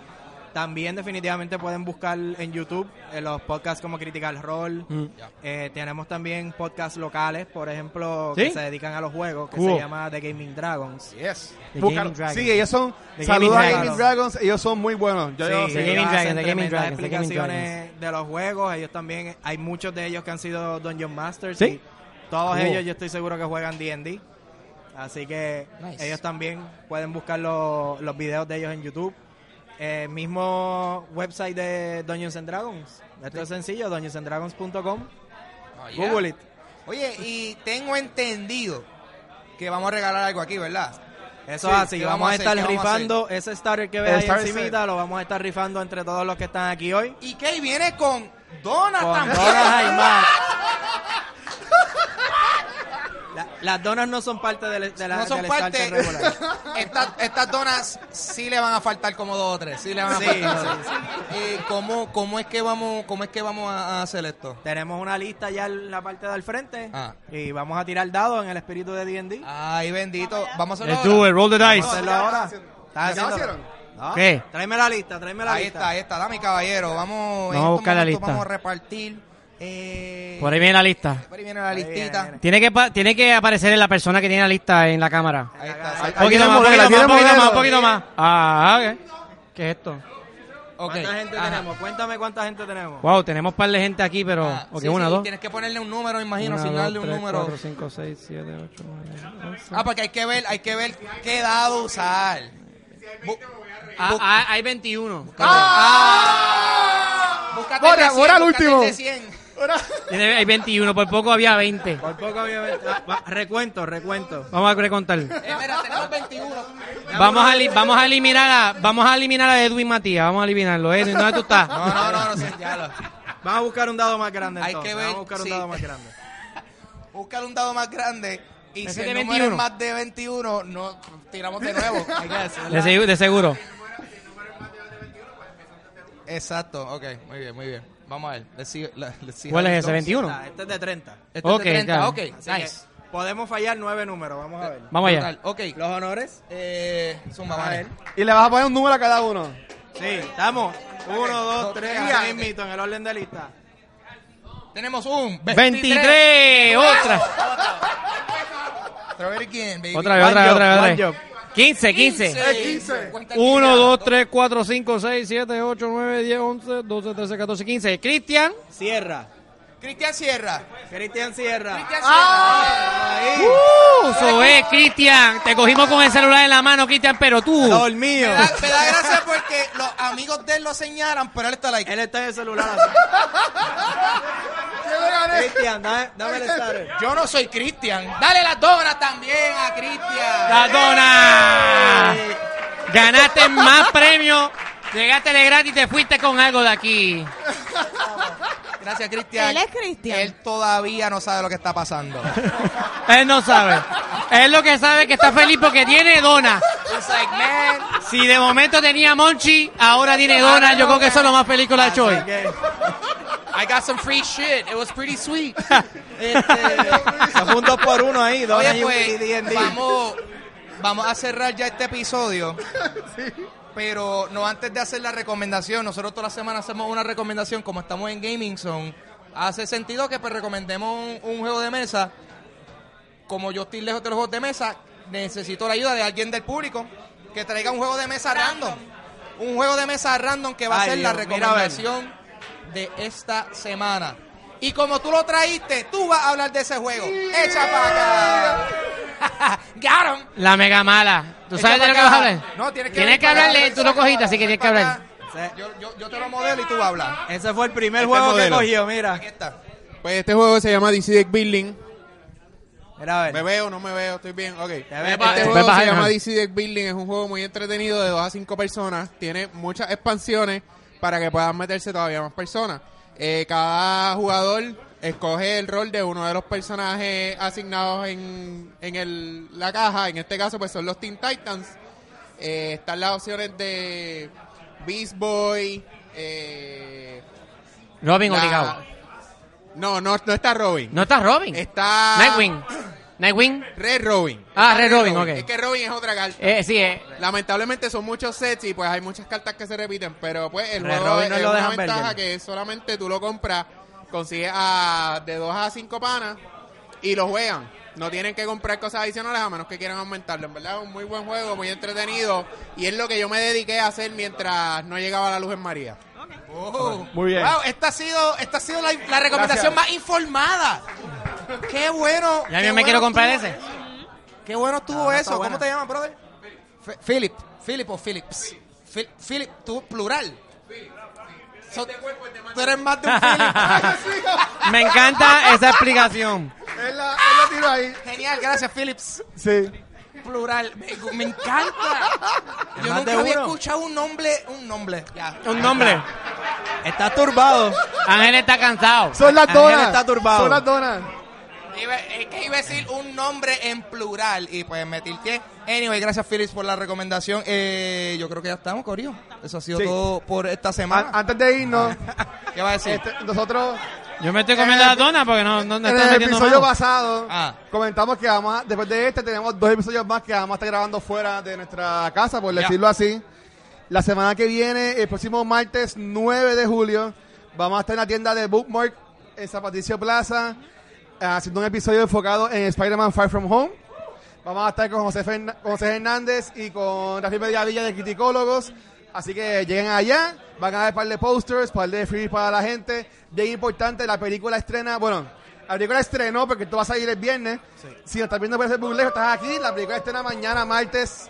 S6: También definitivamente pueden buscar en YouTube en los podcasts como Critical Role. Eh, tenemos también podcasts locales, por ejemplo, que
S2: ¿Sí?
S6: se dedican a los juegos, que
S2: Cool.
S6: se llama The Gaming Dragons.
S1: yes.
S6: The
S3: Búscalo.
S6: Gaming Dragons.
S3: Sí, ellos son.
S6: The
S3: Saludos a
S6: Gaming
S3: Gaming
S6: Dragons.
S3: Dragons. Ellos son muy buenos. Yo, yo-
S6: Sí,
S2: The
S6: ellos
S2: Gaming
S6: hacen
S2: Dragons, The Gaming
S6: tremendas
S2: Dragons, The Gaming
S6: explicaciones de los juegos. Ellos también, hay muchos de ellos que han sido Dungeon Masters.
S2: Sí.
S6: y todos
S2: Cool.
S6: ellos yo estoy seguro que juegan D&D. Así que
S1: Nice.
S6: ellos también pueden buscar los- los videos de ellos en YouTube. El mismo website de Dungeons and Dragons. Esto es sencillo, dungeonsanddragons.com.
S1: Oh, yeah.
S6: Google it.
S1: Oye, y tengo entendido que vamos a regalar algo aquí, ¿verdad?
S6: Eso
S1: Sí,
S6: es así,
S1: ¿qué
S6: vamos,
S1: vamos a
S6: a
S1: hacer?
S6: estar
S1: ¿Qué vamos a
S6: rifando ese starter que
S3: El
S6: veis ahí
S3: starter
S6: encimita, lo vamos a estar rifando entre todos los que están aquí hoy.
S1: Y que viene con donas
S6: Con
S1: también.
S6: donas hay más. La- las donas no son parte del, de la,
S1: no son
S6: del
S1: parte.
S6: starter regular.
S1: *laughs* Estas, estas donas sí le van a faltar como dos o tres. Sí le van a
S6: Sí,
S1: faltar. Eh, ¿cómo, cómo es que vamos, cómo es que vamos a, a hacer esto?
S6: Tenemos una lista ya en la parte del frente
S1: Ah.
S6: y vamos a tirar dados en el espíritu de D&D.
S1: Ay, bendito. Vamos a hacerlo.
S2: Let's do it,
S1: ahora.
S2: roll the
S6: Vamos a
S2: dice.
S6: hacerlo
S3: ya lo
S6: ahora.
S3: hicieron.
S6: ¿Estás
S3: ¿Ya lo
S6: haciéndolo?
S3: hicieron?
S6: No.
S2: ¿Qué?
S6: Tráeme la lista, tráeme la
S1: Ahí
S6: lista.
S1: está, ahí está. Dame, caballero. Vamos, en
S2: Vamos a
S1: estos
S2: buscar la
S1: momentos
S2: lista.
S1: Vamos a repartir. eh,
S2: Por ahí viene la lista.
S1: por ahí viene la
S6: Ahí viene,
S1: listita.
S6: viene.
S2: Tiene que, pa- tiene que aparecer en la persona que tiene la lista en la cámara.
S1: Ahí está.
S3: Ahí-
S2: Un poquito
S3: viene
S2: más, un poquito
S3: modelo,
S2: más, un
S3: viene
S2: poquito más, un
S3: modelo.
S2: poquito más. Ah, ok. ¿Qué es esto?
S1: Ok,
S6: ¿Cuánta gente
S1: ajá.
S6: tenemos? Cuéntame cuánta gente tenemos.
S2: Wow, tenemos par de gente aquí, pero...
S1: Ah,
S2: ok,
S1: sí,
S2: una,
S1: sí,
S2: dos.
S1: Tienes que ponerle un número, imagino,
S2: Una,
S1: sin
S2: dos,
S1: darle un
S2: tres,
S1: número.
S2: cuatro, cinco, seis, siete, ocho, nueve, once.
S1: Ah, porque hay que ver, hay que ver qué dado usar. Bu-
S2: Ah, ah, hay 21.
S1: ¡Ah! Búscate
S3: Borra,
S1: el de 100,
S3: borra el
S1: búscate este
S3: último.
S1: de 100.
S2: Tiene- Hay 21, por poco había 20.
S6: Por poco obviamente. Ah, va, recuento, recuento.
S2: Vamos a recontar.
S1: Eh, mira,
S2: *laughs*
S1: tenemos 21.
S2: Vamos a, eli- vamos a eliminar a vamos a eliminar a Edwin Matías, vamos a eliminarlo. Edwin, ¿dónde tú estás?
S1: No, no, no, no, sí, ya lo.
S6: Vamos a buscar un dado más grande
S1: Hay
S6: entonces.
S1: que ver,
S6: Vamos a buscar un
S1: sí.
S6: dado más grande.
S1: Búscale un dado más grande y
S2: Ese
S1: si
S2: de
S1: el
S2: 21.
S1: número es más de 21, no tiramos de
S2: *laughs*
S1: nuevo.
S2: De, segu- de seguro.
S1: Exacto, ok, muy bien, muy bien. Vamos a ver. Let's see- la- let's see
S2: ¿Cuál
S1: how
S2: es
S1: it
S2: ese?
S1: goes.
S2: 21.
S6: Ah, Este es de 30.
S1: Este es de
S2: Ok,
S1: 30,
S2: claro.
S1: ok,
S6: Así
S1: nice.
S6: que podemos fallar nueve números, vamos a ver.
S2: Vamos allá.
S1: Total, ok.
S6: ¿Los honores?
S1: Eh, zumba,
S6: A
S1: vale.
S6: ver.
S3: Y le vas a poner un número a cada uno.
S6: Sí, estamos. Uno, dos,
S1: Ok.
S6: tres,
S1: Mira.
S6: así mismito, en el orden de lista.
S1: Tenemos un
S2: 23, otra.
S1: Otra vez, ¿quién, baby?
S2: Otra vez,
S6: One
S2: otra vez,
S6: job,
S2: otra vez,
S6: one
S2: otra vez. 15, 15.
S3: Eh, 15.
S1: Cuenta el
S2: 1,
S1: día.
S2: 2, 3, 4, 5, 6, 7, 8, 9, 10, 11, 12, 13, 14, 15. Cristian.
S6: Sierra.
S1: Cristian Sierra.
S6: Cristian Sierra.
S1: Cristian Sierra.
S5: Ah.
S6: Ahí.
S2: Uh, eso es, Cristian. Te cogimos con el celular en la mano, Cristian, pero tú.
S6: Dormido.
S1: Me da, me da gracia porque los amigos de él lo señalan, pero él está like.
S6: Él está en el celular. así. Cristian, dame, dame el starter.
S1: Yo no soy Cristian. Dale las donas también a Cristian.
S2: La dona. Ganaste más premios. Llegaste de gratis y te fuiste con algo de aquí.
S1: Gracias, Cristian.
S5: Él es Cristian.
S1: Él todavía no sabe lo que está pasando.
S2: Él no sabe. Él lo que sabe es que está feliz porque tiene dona.
S1: It's like, man,
S2: Si de momento tenía Monchi, ahora tiene dona. Yo creo que eso es lo más feliz con la Choy.
S1: I got some free shit. It was pretty sweet.
S6: Se fue un dos por uno ahí, dos
S1: Este, Oye,
S6: y un
S1: pues,
S6: D&D.
S1: vamos, vamos a cerrar ya este
S6: *laughs*
S1: episodio. Pero no antes de hacer la recomendación, nosotros toda la semana hacemos una recomendación, como estamos en Gaming Zone, hace sentido que pues, recomendemos un, un juego de mesa. Como yo estoy lejos de los juegos de mesa, necesito la ayuda de alguien del público que traiga un juego de mesa random. Un juego de mesa random que va a
S6: Ay,
S1: ser la
S6: Dios, mira a ver.
S1: recomendación de esta semana. Y como tú lo traíste, tú vas a hablar de ese juego. ¡Echa para
S6: *laughs*
S1: acá! ¡Got 'em!
S2: La mega mala. ¿Tú
S1: Echa
S2: sabes de
S1: para
S2: lo que vas a
S1: acá.
S2: hablar?
S1: No, tienes que,
S2: Tienes que
S1: para acá,
S2: hablarle.
S1: echa
S2: Tú lo
S1: para
S2: cogiste,
S1: acá,
S2: así que tienes que
S1: para
S2: hablar.
S1: acá. Yo, yo- yo te lo modelo y tú hablas.
S6: Ese fue el primer
S3: Este
S6: juego
S3: modelo.
S6: que cogió, mira.
S1: Aquí está.
S7: Pues este juego se llama DC Deck Building.
S6: Mira, a
S7: ¿Me
S6: ver. Ah,
S7: veo? ¿No me veo? Estoy bien, ok.
S6: Ya ves,
S7: Este
S6: eh,
S2: Ve
S7: juego
S2: para
S7: se
S2: allá.
S7: llama DC Deck Building, es un juego muy entretenido de 2 a 5 personas, tiene muchas expansiones para que puedan meterse todavía más personas. Eh, cada jugador escoge el rol de uno de los personajes asignados en, en el- la caja, en este caso pues son los Teen Titans. Eh, están las opciones de Beast Boy, eh,
S2: Robin,
S7: la-
S2: obligado.
S7: No, no, no está Robin.
S2: No está Robin.
S7: Está
S2: Nightwing. Nightwing.
S7: Red Robin.
S2: Ah,
S7: Está
S2: Red Robin, ok.
S7: Es que Robin es otra carta.
S2: Eh, sí, eh.
S7: Lamentablemente son muchos sets y pues hay muchas cartas que se repiten, pero pues el
S6: Red
S7: juego
S6: Robin
S7: es,
S6: no es lo de
S7: una
S6: Hamburger.
S7: ventaja que solamente tú lo compras, consigues a, de 2 a 5 panas y lo juegan. No tienen que comprar cosas adicionales a menos que quieran aumentarlo. En verdad es un muy buen juego, muy entretenido y es lo que yo me dediqué a hacer mientras no llegaba la luz en María.
S1: Oh.
S3: Muy bien.
S1: Wow, esta ha sido, esta ha sido la, la recomendación más informada. Qué bueno.
S2: Ya
S1: qué
S2: yo me
S1: bueno
S2: quiero comprar
S1: estuvo-
S2: ese.
S1: Qué bueno estuvo
S6: Ah, está
S1: eso. ¿Cómo
S6: buena.
S1: te llamas, brother? Fe- Philip. Philip o Philips. Phil- Philip, tú plural. So- tú eres más de un
S2: *laughs*
S1: Philip.
S2: Me encanta esa explicación.
S3: Él la, él la tiró ahí.
S1: Genial, gracias, Philips.
S3: Sí.
S1: Plural. Me, me encanta. Yo
S6: más de
S1: nunca había
S6: uno.
S1: escuchado un nombre. Un nombre. Ya.
S2: Un nombre.
S6: Está turbado.
S2: Ángel está cansado.
S3: Son las
S6: Ángel
S3: donas.
S6: está turbado.
S3: Son las donas.
S1: Iba, es que iba a decir un nombre en plural y pues me tilteé. Anyway, gracias Phillips por la recomendación. Eh, yo creo que ya estamos, Corio. Eso ha sido
S3: Sí.
S1: todo por esta
S3: An-
S1: semana.
S3: antes de *laughs* irnos,
S1: ¿Qué va a decir?
S3: este, nosotros
S2: Yo me estoy comiendo
S3: En
S2: la
S3: el-
S2: dona porque no, no, no
S3: en
S2: están
S3: el
S2: metiendo
S3: episodio
S2: mano.
S3: pasado
S1: Ah.
S3: comentamos que vamos a- después de este tenemos dos episodios más que vamos a estar grabando fuera de nuestra casa, por
S1: Ya.
S3: decirlo así. La semana que viene, el próximo martes 9 de julio, vamos a estar en la tienda de Bookmark en San Patricio Plaza haciendo un episodio enfocado en Spider-Man Far From Home. Vamos a estar con José, Ferna- José Hernández y con Rafael Medina Villa de Criticólogos. Así que lleguen allá, van a ver un par de posters, par de free para la gente. Bien importante, la película estrena, bueno, la película estrenó porque tú vas a ir el viernes. Si nos estás viendo por ese lejos, estás aquí. La película estrena mañana, martes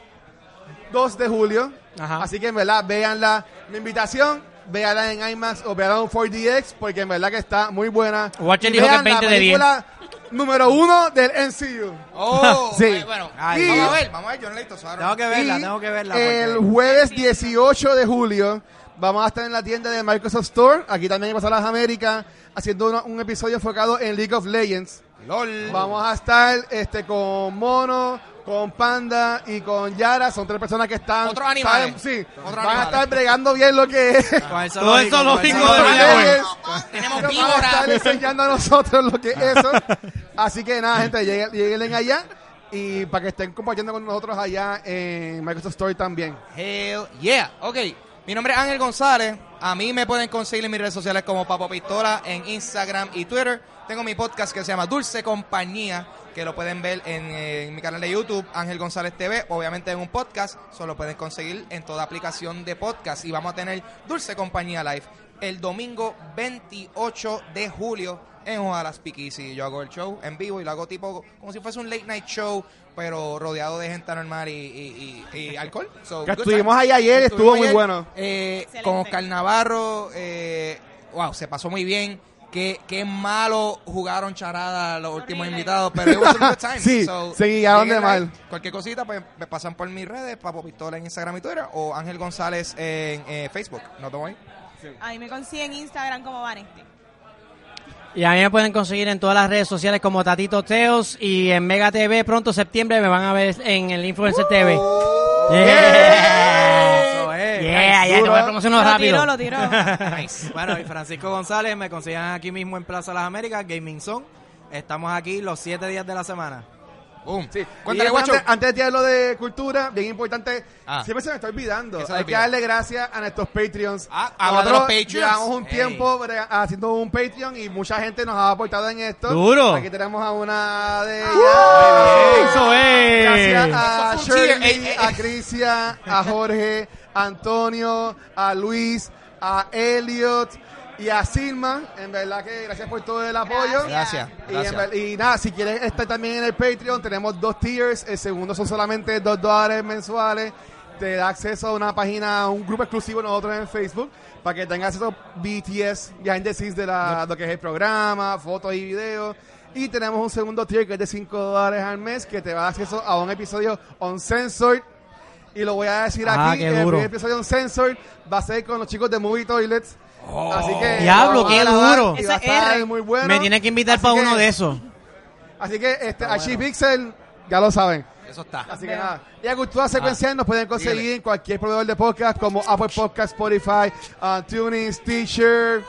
S3: 2 de julio.
S2: Ajá.
S3: Así que en verdad, véanla. Mi invitación, véanla en IMAX o véanla en 4DX porque en verdad que está muy buena.
S2: Watcher
S3: Y
S2: dijo que
S3: vean
S2: 20
S3: la
S2: de 10.
S3: película número uno del MCU.
S1: Oh,
S3: *laughs* Sí.
S1: eh, bueno,
S6: Ay,
S1: vamos
S3: sí.
S1: a ver, vamos a ver, yo no le he visto, Suárez.
S6: Tengo que verla,
S3: Y
S6: tengo que verla.
S3: El
S6: porque-
S3: jueves 18 de julio vamos a estar en la tienda de Microsoft Store, aquí también en Pasar las Américas, haciendo una- un episodio enfocado en League of Legends.
S1: LOL.
S3: Vamos a estar este con Mono, con Panda y con Yara, son tres personas que están
S1: Otros animales.
S3: saben- sí,
S1: Otros
S3: van a
S1: animales.
S3: estar bregando bien lo que es.
S6: Con el
S2: Todo el
S6: zoológico, con el
S2: zoológico
S3: League of
S2: de
S6: zoológico.
S2: Villa-
S3: Legends.
S1: Tenemos
S3: Nos van a estar
S1: víboras.
S3: enseñando a nosotros lo que es eso. Así que nada, gente, lleguen, lleguen allá y para que estén compartiendo con nosotros allá en Microsoft Store también.
S1: Hell yeah. Ok, mi nombre es Ángel González. A mí me pueden conseguir en mis redes sociales como Papo Pistola en Instagram y Twitter. Tengo mi podcast que se llama Dulce Compañía, que lo pueden ver en, eh, en mi canal de YouTube, Ángel González TV. Obviamente en un podcast, solo pueden conseguir en toda aplicación de podcast. Y vamos a tener Dulce Compañía Live el domingo 28 de julio en Ojalas Piquisi. Yo hago el show en vivo y lo hago tipo como si fuese un late night show, pero rodeado de gente normal y, y- y- y alcohol. So,
S3: Que
S1: good
S3: estuvimos
S1: time.
S3: ahí ayer,
S1: Estuvimos
S3: estuvo muy
S1: ayer,
S3: bueno.
S1: eh,
S5: Excelente.
S1: con Oscar Navarro, eh, wow, se pasó muy bien. Qué, qué malo jugaron charada los últimos
S5: Horrible.
S1: invitados, pero it was a good time.
S3: *laughs* Sí, se guiaron de
S1: lleguen ahí.
S3: mal.
S1: Cualquier cosita, pues me pasan por mis redes, Papo Pistola en Instagram y Twitter, o Ángel González en eh, Facebook. ¿No te voy?
S5: Ahí me consiguen Instagram como Vanesti.
S2: Y a mí me pueden conseguir en todas las redes sociales como Tatito Teos y en Mega TV. Pronto, septiembre, me van a ver en el Influencer TV.
S3: Uh,
S2: Yeah,
S6: Eso es.
S2: yeah, ya, te voy a promocionar
S5: Lo
S2: rápido.
S5: tiró, lo tiró.
S2: *laughs*
S6: Bueno, y Francisco González me consiguen aquí mismo en Plaza Las Américas, Gaming Zone. Estamos aquí los siete días de la semana.
S1: Boom.
S3: Sí.
S1: Cuéntale,
S3: Y ah,
S1: guacho.
S3: Antes, antes de tirar lo de cultura, bien importante,
S1: Ah.
S3: siempre se me está olvidando.
S1: se me
S3: Hay que
S1: olvida.
S3: darle gracias a nuestros Patreons.
S1: Ah, habla de los
S3: Nosotros
S1: Patreons.
S3: Llevamos un
S1: Ey.
S3: tiempo bre- haciendo un Patreon y mucha gente nos ha aportado en esto.
S2: Duro.
S3: Aquí tenemos a una de ellas.
S1: Ah.
S2: Eso es.
S3: Gracias a
S1: Eso fue un cheer. Ey,
S3: Shirley,
S1: ey,
S3: a Crisia, a Jorge, a Antonio, a Luis, a Elliot y a Silma. En verdad que gracias por todo el apoyo.
S1: Gracias.
S3: Y, en ver- y nada, si quieres estar también en el Patreon, tenemos dos tiers. El segundo son solamente dos dólares mensuales. Te da acceso a una página, a un grupo exclusivo nosotros en Facebook, para que tengas acceso a BTS, behind the scenes de la, lo que es el programa, fotos y videos. Y tenemos un segundo tier que es de 5 dólares al mes, que te va a dar acceso a un episodio uncensored. Y lo voy a decir
S2: Ah,
S3: aquí,
S2: qué
S3: el primer
S2: duro.
S3: episodio uncensored va a ser con los chicos de Movie Toilets. Así que
S2: diablo,
S3: lo van a
S2: qué
S3: grabar
S2: duro.
S3: y va a
S5: Oh. Ese
S3: estar
S5: R.
S3: muy bueno.
S2: me tienen que invitar
S3: Así
S2: para
S3: que-
S2: uno de esos.
S3: Así que este, a Pixel ya lo saben.
S1: Eso está.
S3: Así que nada. Y a Cultura Secuencial nos pueden conseguir
S1: síguele.
S3: en cualquier proveedor de podcast como Apple Podcast, Spotify, uh, Tuning, Stitcher,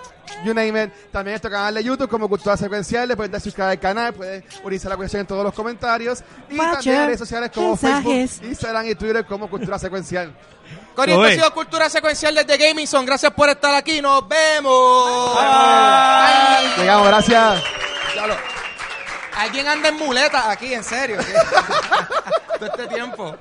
S3: you name it. También nuestro canal de YouTube como Cultura Secuencial. Le pueden dar suscribir al canal, pueden unirse a la cuestión en todos los comentarios. Y también en redes sociales como Facebook, Instagram y Twitter como Cultura Secuencial.
S1: Con esto ha
S2: Oye.
S1: sido Cultura Secuencial desde Gaming Zone. Gracias por estar aquí. Nos vemos.
S3: Llegamos, gracias.
S1: Diablo. Alguien anda en muleta aquí, en serio. *laughs* Todo este tiempo.